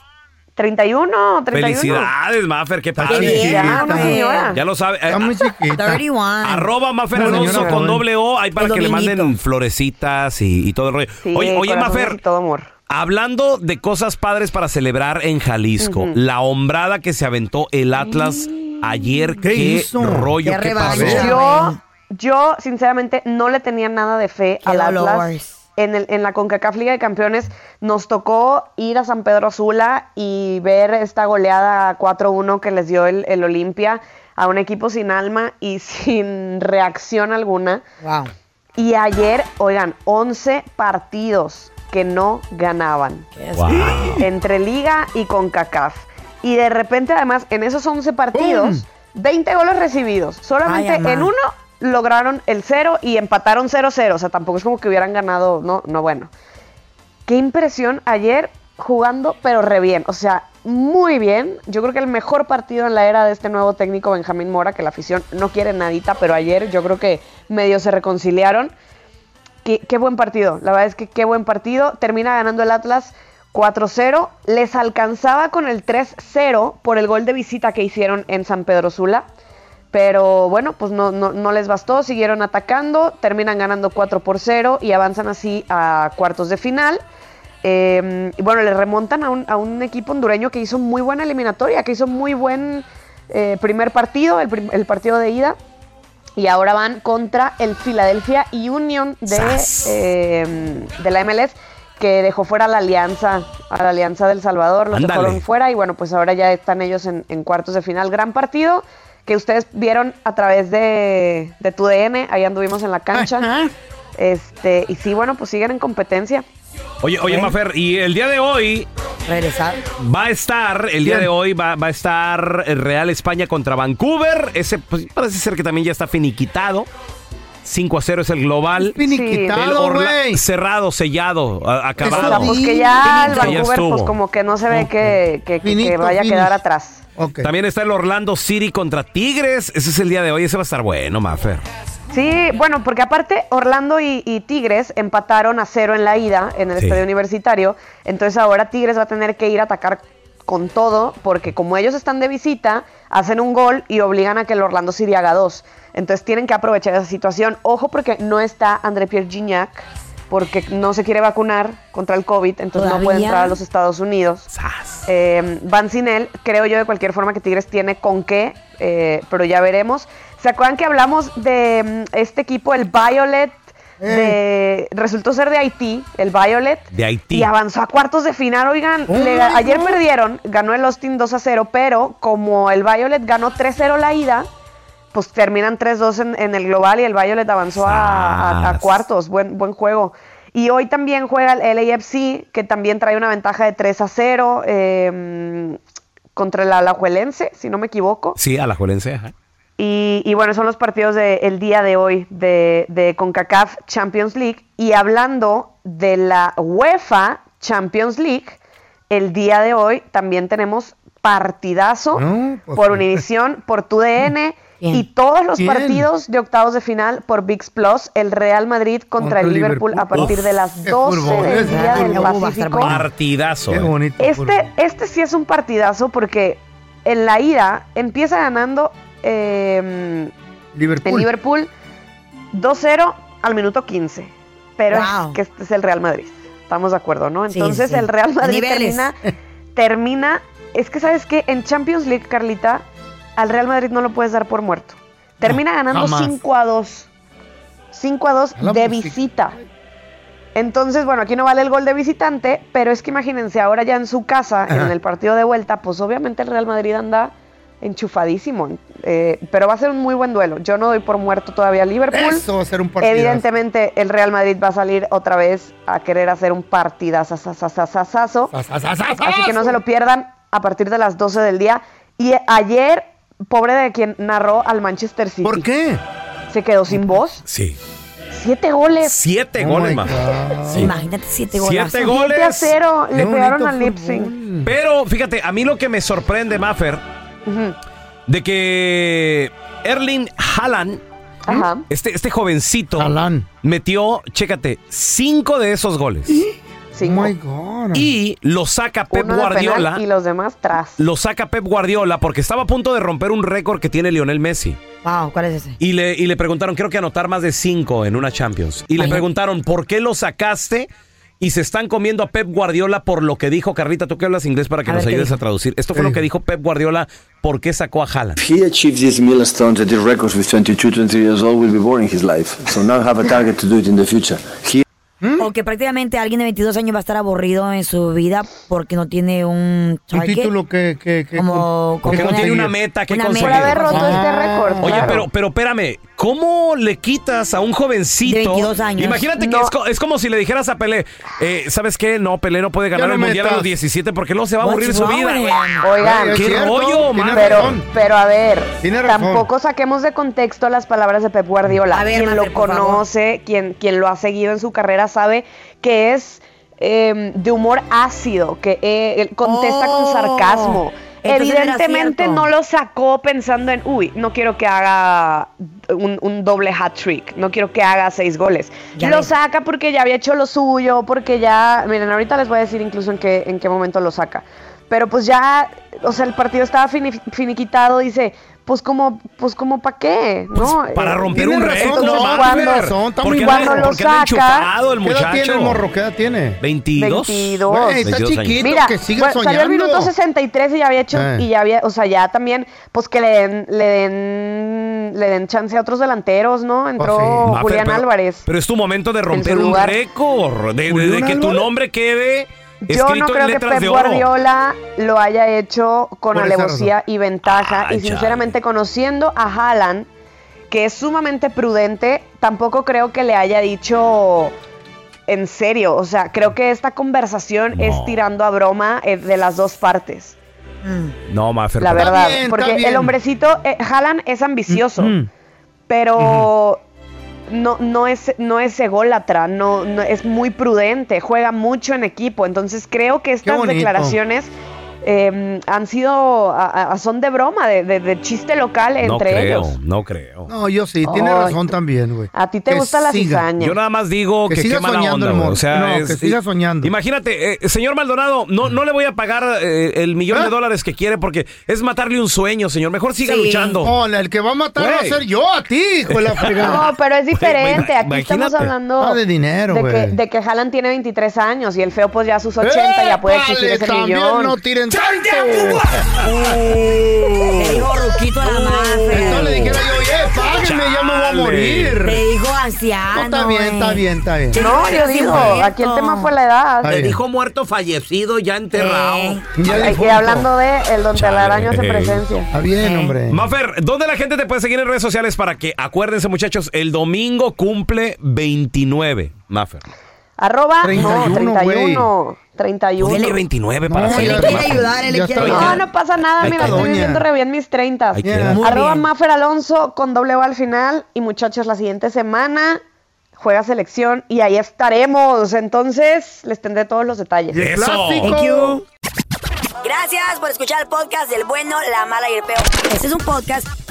[SPEAKER 19] 31, 31.
[SPEAKER 1] Felicidades, Maffer, qué padre.
[SPEAKER 19] bien, chiquita, una señora.
[SPEAKER 1] Ya lo sabe. eh,
[SPEAKER 3] chiquita. 31.
[SPEAKER 1] Arroba Maffer
[SPEAKER 3] Una
[SPEAKER 1] Alonso
[SPEAKER 3] señora
[SPEAKER 1] con
[SPEAKER 3] joven.
[SPEAKER 1] doble O, ahí para
[SPEAKER 3] El
[SPEAKER 1] que le
[SPEAKER 3] dominguito.
[SPEAKER 1] manden florecitas y, y todo el rollo.
[SPEAKER 19] Sí,
[SPEAKER 1] oye, oye
[SPEAKER 19] corazones y
[SPEAKER 1] Maffer,
[SPEAKER 19] todo amor.
[SPEAKER 1] hablando de cosas padres para celebrar en Jalisco,
[SPEAKER 19] Ujú.
[SPEAKER 1] la hombrada que se aventó el Atlas ayer, qué,
[SPEAKER 2] hizo?
[SPEAKER 1] rollo,
[SPEAKER 2] Qué
[SPEAKER 1] qué, pasó.
[SPEAKER 2] revancha,
[SPEAKER 19] Yo, yo, sinceramente, no le tenía nada de fe al
[SPEAKER 3] dolores.
[SPEAKER 19] Atlas. En, el- en la CONCACAF Liga de Campeones nos tocó ir a San Pedro Sula y ver esta goleada 4-1 que les dio el, el Olimpia a un equipo sin alma y sin reacción alguna.
[SPEAKER 3] Wow.
[SPEAKER 19] Y ayer, oigan, 11 partidos que no ganaban.
[SPEAKER 1] Wow.
[SPEAKER 19] Entre Liga y CONCACAF. Y de repente, además, en esos 11 partidos, 20 goles recibidos. Solamente
[SPEAKER 3] Vaya, ma.
[SPEAKER 19] en uno lograron el cero y empataron 0-0. O sea, tampoco es como que hubieran ganado. No, no, bueno. Qué impresión ayer jugando, pero re bien. O sea, muy bien. Yo creo que el mejor partido en la era de este nuevo técnico Benjamín Mora, que la afición no quiere nadita, pero ayer yo creo que medio se reconciliaron. Qué, qué buen partido, la verdad es que qué buen partido. Termina ganando el Atlas 4-0. Les alcanzaba con el 3-0 por el gol de visita que hicieron en San Pedro Sula. Pero bueno, pues no, no, no les bastó, siguieron atacando, terminan ganando 4 por 0 y avanzan así a cuartos de final. Eh, y bueno, le remontan a un, a un equipo hondureño que hizo muy buena eliminatoria, que hizo muy buen eh, primer partido, el, prim- el partido de ida. Y ahora van contra el Philadelphia Union de, eh, de la MLS, que dejó fuera a la alianza, a la alianza del Salvador, los
[SPEAKER 1] Ándale.
[SPEAKER 19] dejaron fuera y bueno, pues ahora ya están ellos en, en cuartos de final. Gran partido que ustedes vieron a través de, de tu DN, ahí anduvimos en la cancha. Este, y sí, bueno, pues siguen en competencia.
[SPEAKER 1] Oye,
[SPEAKER 19] ¿Eh?
[SPEAKER 1] oye, Mafer, y el día de hoy. Va a estar, el día de hoy va, va a estar el Real España contra Vancouver. Ese pues, parece ser que también ya está finiquitado. 5 a 0 es el global.
[SPEAKER 19] finiquitado,
[SPEAKER 1] Del Orla-
[SPEAKER 19] güey.
[SPEAKER 1] cerrado, sellado, a- acabado.
[SPEAKER 19] Ah, pues que ya el
[SPEAKER 1] Que ya
[SPEAKER 19] Vancouver, pues
[SPEAKER 1] estuvo.
[SPEAKER 19] como que no se ve que, que- que- que
[SPEAKER 1] Finito,
[SPEAKER 19] vaya a
[SPEAKER 1] finish.
[SPEAKER 19] quedar atrás.
[SPEAKER 1] También está el Orlando City contra Tigres. Ese es el día de hoy. Ese va a estar bueno, Mafer.
[SPEAKER 19] Sí, bueno, porque aparte Orlando y, y Tigres empataron a cero en la ida en el
[SPEAKER 1] Sí.
[SPEAKER 19] estadio universitario, entonces ahora Tigres va a tener que ir a atacar con todo, porque como ellos están de visita, hacen un gol y obligan a que el Orlando City haga dos. Entonces tienen que aprovechar esa situación. Ojo porque no está André Pierre Gignac, porque no se quiere vacunar contra el COVID, entonces no puede
[SPEAKER 3] ¿Todavía?
[SPEAKER 19] entrar a los Estados Unidos. Eh, van sin él, creo yo de cualquier forma que Tigres tiene con qué, eh, pero ya veremos. ¿Se acuerdan que hablamos de mm, este equipo, el Violet? de- resultó ser de Haití, el Violet.
[SPEAKER 1] De Haití.
[SPEAKER 19] Y avanzó a cuartos de final, oigan.
[SPEAKER 1] Oh
[SPEAKER 19] le ga-
[SPEAKER 1] my
[SPEAKER 19] ayer
[SPEAKER 1] God.
[SPEAKER 19] perdieron, ganó el Austin 2 a 0, pero como el Violet ganó 3-0 la ida, pues terminan 3-2 en, en el global y el Violet avanzó a, a- a
[SPEAKER 20] Sas.
[SPEAKER 19] cuartos. Buen, buen juego. Y hoy también juega el LAFC, que también trae una ventaja de 3 a 0 eh, contra el Alajuelense, si no me equivoco.
[SPEAKER 1] Sí, a la Juelense.
[SPEAKER 19] Y, y bueno, son los partidos del día de hoy de, de CONCACAF Champions League. Y hablando de la UEFA Champions League, el día de hoy también tenemos partidazo
[SPEAKER 2] No, pues,
[SPEAKER 19] por Univisión, por TUDN
[SPEAKER 2] ¿Quién?
[SPEAKER 19] y todos los
[SPEAKER 2] ¿Quién?
[SPEAKER 19] partidos de octavos de final por VIX Plus, el Real Madrid contra, el Liverpool, a partir
[SPEAKER 1] Uf,
[SPEAKER 19] de las
[SPEAKER 1] qué
[SPEAKER 19] 12
[SPEAKER 1] fútbol,
[SPEAKER 19] del
[SPEAKER 1] qué
[SPEAKER 19] día del
[SPEAKER 1] fútbol.
[SPEAKER 19] Pacífico.
[SPEAKER 1] Partidazo. eh.
[SPEAKER 19] Este, este sí es un partidazo porque en la ida empieza ganando eh,
[SPEAKER 2] Liverpool.
[SPEAKER 19] el Liverpool 2-0 al minuto 15. Pero
[SPEAKER 3] Wow.
[SPEAKER 19] es que este es el Real Madrid. Estamos de acuerdo, ¿no?
[SPEAKER 3] Sí,
[SPEAKER 19] Entonces
[SPEAKER 3] sí.
[SPEAKER 19] el Real Madrid
[SPEAKER 3] Niveles.
[SPEAKER 19] termina, termina. Es que sabes que en Champions League, Carlita, al Real Madrid no lo puedes dar por muerto. Termina ganando
[SPEAKER 3] jamás.
[SPEAKER 19] 5 a 2. 5 a 2
[SPEAKER 3] A la
[SPEAKER 19] de
[SPEAKER 3] música.
[SPEAKER 19] visita. Entonces, bueno, aquí no vale el gol de visitante, pero es que imagínense, ahora ya en su casa,
[SPEAKER 2] Ajá.
[SPEAKER 19] en el partido de vuelta, pues obviamente el Real Madrid anda enchufadísimo. eh, pero va a ser un muy buen duelo. Yo no doy por muerto todavía a Liverpool.
[SPEAKER 2] Eso va a ser un partidazo.
[SPEAKER 19] Evidentemente, el Real Madrid va a salir otra vez a querer hacer un partidazazazazazazo. Así que no se lo pierdan a partir de las 12 del día. Y ayer, pobre de quien narró al Manchester City. ¿Por
[SPEAKER 2] qué?
[SPEAKER 19] Se quedó sin voz.
[SPEAKER 1] Sí.
[SPEAKER 19] Siete goles.
[SPEAKER 1] Siete goles, Mafer. Sí.
[SPEAKER 3] Imagínate siete goles.
[SPEAKER 1] Siete
[SPEAKER 19] Siete
[SPEAKER 1] goles.
[SPEAKER 19] a cero.
[SPEAKER 1] Qué
[SPEAKER 19] Le
[SPEAKER 1] bonito
[SPEAKER 19] pegaron al Leipzig.
[SPEAKER 1] Pero fíjate, a mí lo que me sorprende, Maffer,
[SPEAKER 19] Ujú.
[SPEAKER 1] de que Erling Haaland,
[SPEAKER 19] Ajá.
[SPEAKER 1] este, este jovencito, metió, chécate, cinco de esos goles.
[SPEAKER 19] Cinco.
[SPEAKER 1] Y lo saca Pep
[SPEAKER 19] Uno de penal
[SPEAKER 1] Guardiola.
[SPEAKER 19] y los demás tras.
[SPEAKER 1] Lo saca Pep Guardiola porque estaba a punto de romper un récord que tiene Lionel Messi.
[SPEAKER 3] Wow, ¿cuál es ese?
[SPEAKER 1] Y le, y le preguntaron, creo que anotar más de cinco en una Champions. Y le preguntaron, ¿por qué lo sacaste? Y se están comiendo a Pep Guardiola por lo que dijo. Carlita, tú que hablas inglés para que
[SPEAKER 21] A
[SPEAKER 1] nos
[SPEAKER 21] ver, ¿qué
[SPEAKER 1] ayudes
[SPEAKER 21] dijo?
[SPEAKER 1] a traducir. Esto fue lo que dijo Pep Guardiola, ¿por qué sacó a Haaland?
[SPEAKER 21] If he achieves these milestones at the records with 22, 23 years old, will be boring his life. So now have a target to do it in the future. He
[SPEAKER 2] ¿Mm?
[SPEAKER 3] O que prácticamente alguien de 22 años va a estar aburrido en su vida porque no tiene un, target.
[SPEAKER 2] título que... que, que Ah.
[SPEAKER 3] como,
[SPEAKER 1] Porque no
[SPEAKER 3] como
[SPEAKER 1] tiene
[SPEAKER 3] una-
[SPEAKER 1] una meta que
[SPEAKER 3] una meta.
[SPEAKER 1] conseguir.
[SPEAKER 3] Por haber roto este
[SPEAKER 19] récord,
[SPEAKER 1] Oye,
[SPEAKER 19] claro.
[SPEAKER 1] pero, pero espérame, ¿cómo le quitas a un jovencito?
[SPEAKER 3] De 22 años.
[SPEAKER 1] Imagínate que
[SPEAKER 3] No.
[SPEAKER 1] es, co- es como si le dijeras a Pelé, eh, ¿sabes qué? No, Pelé no puede ganar
[SPEAKER 19] no
[SPEAKER 1] el Mundial a
[SPEAKER 19] metas.
[SPEAKER 1] los 17 porque no se va a aburrir
[SPEAKER 19] What's
[SPEAKER 1] su
[SPEAKER 19] wrong
[SPEAKER 1] vida.
[SPEAKER 19] with
[SPEAKER 1] güey.
[SPEAKER 19] him? Oigan,
[SPEAKER 1] ¿Qué rollo, man?
[SPEAKER 19] pero, pero a ver,
[SPEAKER 1] razón.
[SPEAKER 19] tampoco saquemos de contexto las palabras de Pep Guardiola.
[SPEAKER 3] A ver,
[SPEAKER 19] quien
[SPEAKER 3] Mafer,
[SPEAKER 19] lo
[SPEAKER 3] por favor.
[SPEAKER 19] conoce, quien, quien lo ha seguido en su carrera, sabe que es eh, de humor ácido, que eh, él contesta
[SPEAKER 3] Oh,
[SPEAKER 19] con sarcasmo.
[SPEAKER 3] entonces era
[SPEAKER 19] Evidentemente
[SPEAKER 3] cierto.
[SPEAKER 19] no lo sacó pensando en, uy, no quiero que haga un, un doble hat trick, no quiero que haga seis goles.
[SPEAKER 3] Ya
[SPEAKER 19] lo
[SPEAKER 3] ves.
[SPEAKER 19] saca porque ya había hecho lo suyo, porque ya, miren, ahorita les voy a decir incluso en qué, en qué momento lo saca. Pero pues ya, o sea, el partido estaba fini- finiquitado, dice, pues como, pues como para qué, ¿no?
[SPEAKER 3] Pues
[SPEAKER 1] Para
[SPEAKER 19] Eh,
[SPEAKER 1] romper un récord,
[SPEAKER 19] entonces,
[SPEAKER 1] no mames.
[SPEAKER 19] cuando,
[SPEAKER 1] Razón, está muy
[SPEAKER 19] cuando
[SPEAKER 1] bueno,
[SPEAKER 19] lo
[SPEAKER 1] porque anda
[SPEAKER 19] saca,
[SPEAKER 1] enchufado el
[SPEAKER 2] ¿Qué edad tiene el
[SPEAKER 1] muchacho.
[SPEAKER 2] morro? ¿Qué edad tiene?
[SPEAKER 1] 22.
[SPEAKER 19] 22.
[SPEAKER 2] Güey, está
[SPEAKER 1] 22 años.
[SPEAKER 2] chiquito,
[SPEAKER 19] Mira,
[SPEAKER 2] que sigue
[SPEAKER 19] bueno,
[SPEAKER 2] soñando.
[SPEAKER 19] salió el minuto 63 y ya había hecho,
[SPEAKER 2] Eh.
[SPEAKER 19] y ya había, o sea, ya también, pues que le den, le den, le den chance a otros delanteros, ¿no? Entró
[SPEAKER 2] Ah, Oh,
[SPEAKER 1] Mafer,
[SPEAKER 19] Julián
[SPEAKER 1] pero-
[SPEAKER 19] Álvarez.
[SPEAKER 1] Pero es tu momento de romper
[SPEAKER 19] su
[SPEAKER 1] un
[SPEAKER 19] lugar.
[SPEAKER 1] récord, de, de- de que tu nombre quede escrito
[SPEAKER 19] Yo no creo
[SPEAKER 1] en
[SPEAKER 19] que
[SPEAKER 1] letras
[SPEAKER 19] Pep
[SPEAKER 1] de oro. Ah,
[SPEAKER 19] Guardiola lo haya hecho con
[SPEAKER 1] Por esa
[SPEAKER 19] alevosía y ventaja.
[SPEAKER 1] Ay,
[SPEAKER 19] y sinceramente, conociendo a Haaland, que es sumamente prudente, tampoco creo que le haya dicho en serio. O sea, creo que esta conversación es tirando a broma eh, de las dos partes.
[SPEAKER 1] No, Mafer.
[SPEAKER 19] La
[SPEAKER 1] pero-
[SPEAKER 19] verdad,
[SPEAKER 2] Mm,
[SPEAKER 19] porque el hombrecito, eh, Haaland es ambicioso,
[SPEAKER 1] Mm.
[SPEAKER 19] pero no, no es, no es ególatra, no, no- es muy prudente, juega mucho en equipo. Entonces creo que estas
[SPEAKER 22] bonito.
[SPEAKER 19] declaraciones eh, han sido, a- a- son de broma, de, de- de chiste local entre
[SPEAKER 1] no creo,
[SPEAKER 19] ellos.
[SPEAKER 1] no creo.
[SPEAKER 2] No, yo sí, tiene
[SPEAKER 19] Ay,
[SPEAKER 2] razón también, güey.
[SPEAKER 19] A ti te
[SPEAKER 2] Que
[SPEAKER 19] gusta la
[SPEAKER 2] siga.
[SPEAKER 19] cizaña.
[SPEAKER 1] Yo nada más digo
[SPEAKER 2] Que
[SPEAKER 1] que,
[SPEAKER 2] siga
[SPEAKER 1] qué mala
[SPEAKER 2] soñando
[SPEAKER 1] onda,
[SPEAKER 2] el
[SPEAKER 1] güey.
[SPEAKER 2] morro.
[SPEAKER 1] O sea,
[SPEAKER 2] No, que siga soñando.
[SPEAKER 1] Imagínate, eh, señor Maldonado, no, no le voy a pagar eh, el millón
[SPEAKER 2] ¿Ah?
[SPEAKER 1] de dólares que quiere porque es matarle un sueño, señor. Mejor siga
[SPEAKER 2] Sí.
[SPEAKER 1] luchando.
[SPEAKER 2] No, el que va a matar va a
[SPEAKER 1] Güey.
[SPEAKER 2] ser yo a ti, hijo de la fregada.
[SPEAKER 19] No, pero es diferente. Aquí
[SPEAKER 2] Imagínate.
[SPEAKER 19] estamos hablando
[SPEAKER 2] Ah, de dinero,
[SPEAKER 19] de que,
[SPEAKER 2] güey.
[SPEAKER 19] de que Haaland tiene 23 años y el feo pues ya a sus 80 ya puede exigir
[SPEAKER 2] Épale,
[SPEAKER 19] ese
[SPEAKER 2] también
[SPEAKER 19] millón.
[SPEAKER 2] no tiren tanto.
[SPEAKER 3] Te dijo Ruquito la más fea.
[SPEAKER 2] Uh. le dijera yo, oye, páguenme, ya me voy a morir.
[SPEAKER 3] Te dijo anciano.
[SPEAKER 2] No, está bien,
[SPEAKER 3] güey.
[SPEAKER 2] está bien, está bien.
[SPEAKER 19] No, yo digo, aquí el tema fue la edad.
[SPEAKER 2] Está bien.
[SPEAKER 1] muerto, fallecido, ya enterrado.
[SPEAKER 19] Ay, y hablando de el don Telaraño hace
[SPEAKER 1] Ey.
[SPEAKER 19] presencia.
[SPEAKER 2] Está bien,
[SPEAKER 3] Eh.
[SPEAKER 2] hombre.
[SPEAKER 1] Mafer, ¿dónde la gente te puede seguir en redes sociales para que, acuérdense muchachos, el domingo cumple 29, Mafer?
[SPEAKER 19] Arroba,
[SPEAKER 1] 31,
[SPEAKER 19] no, 31. 31.
[SPEAKER 1] Dile 29 para
[SPEAKER 19] No,
[SPEAKER 1] ser
[SPEAKER 19] él
[SPEAKER 1] el
[SPEAKER 19] quiere
[SPEAKER 1] Mafer.
[SPEAKER 19] ayudar,
[SPEAKER 1] Ya estoy, ya.
[SPEAKER 19] No, no pasa nada,
[SPEAKER 1] Ahí
[SPEAKER 19] mira,
[SPEAKER 1] está,
[SPEAKER 19] estoy
[SPEAKER 1] doña.
[SPEAKER 19] viviendo re bien mis 30.
[SPEAKER 1] Ahí queda. Muy
[SPEAKER 19] Arroba
[SPEAKER 1] bien.
[SPEAKER 19] Mafer Alonso con doble O al final. Y muchachos, la siguiente semana juega selección y ahí estaremos. Entonces, les tendré todos los detalles.
[SPEAKER 1] Y el Eso. clásico.
[SPEAKER 3] Thank you. este- Gracias por escuchar el podcast del bueno, la mala y el peo. Este es un podcast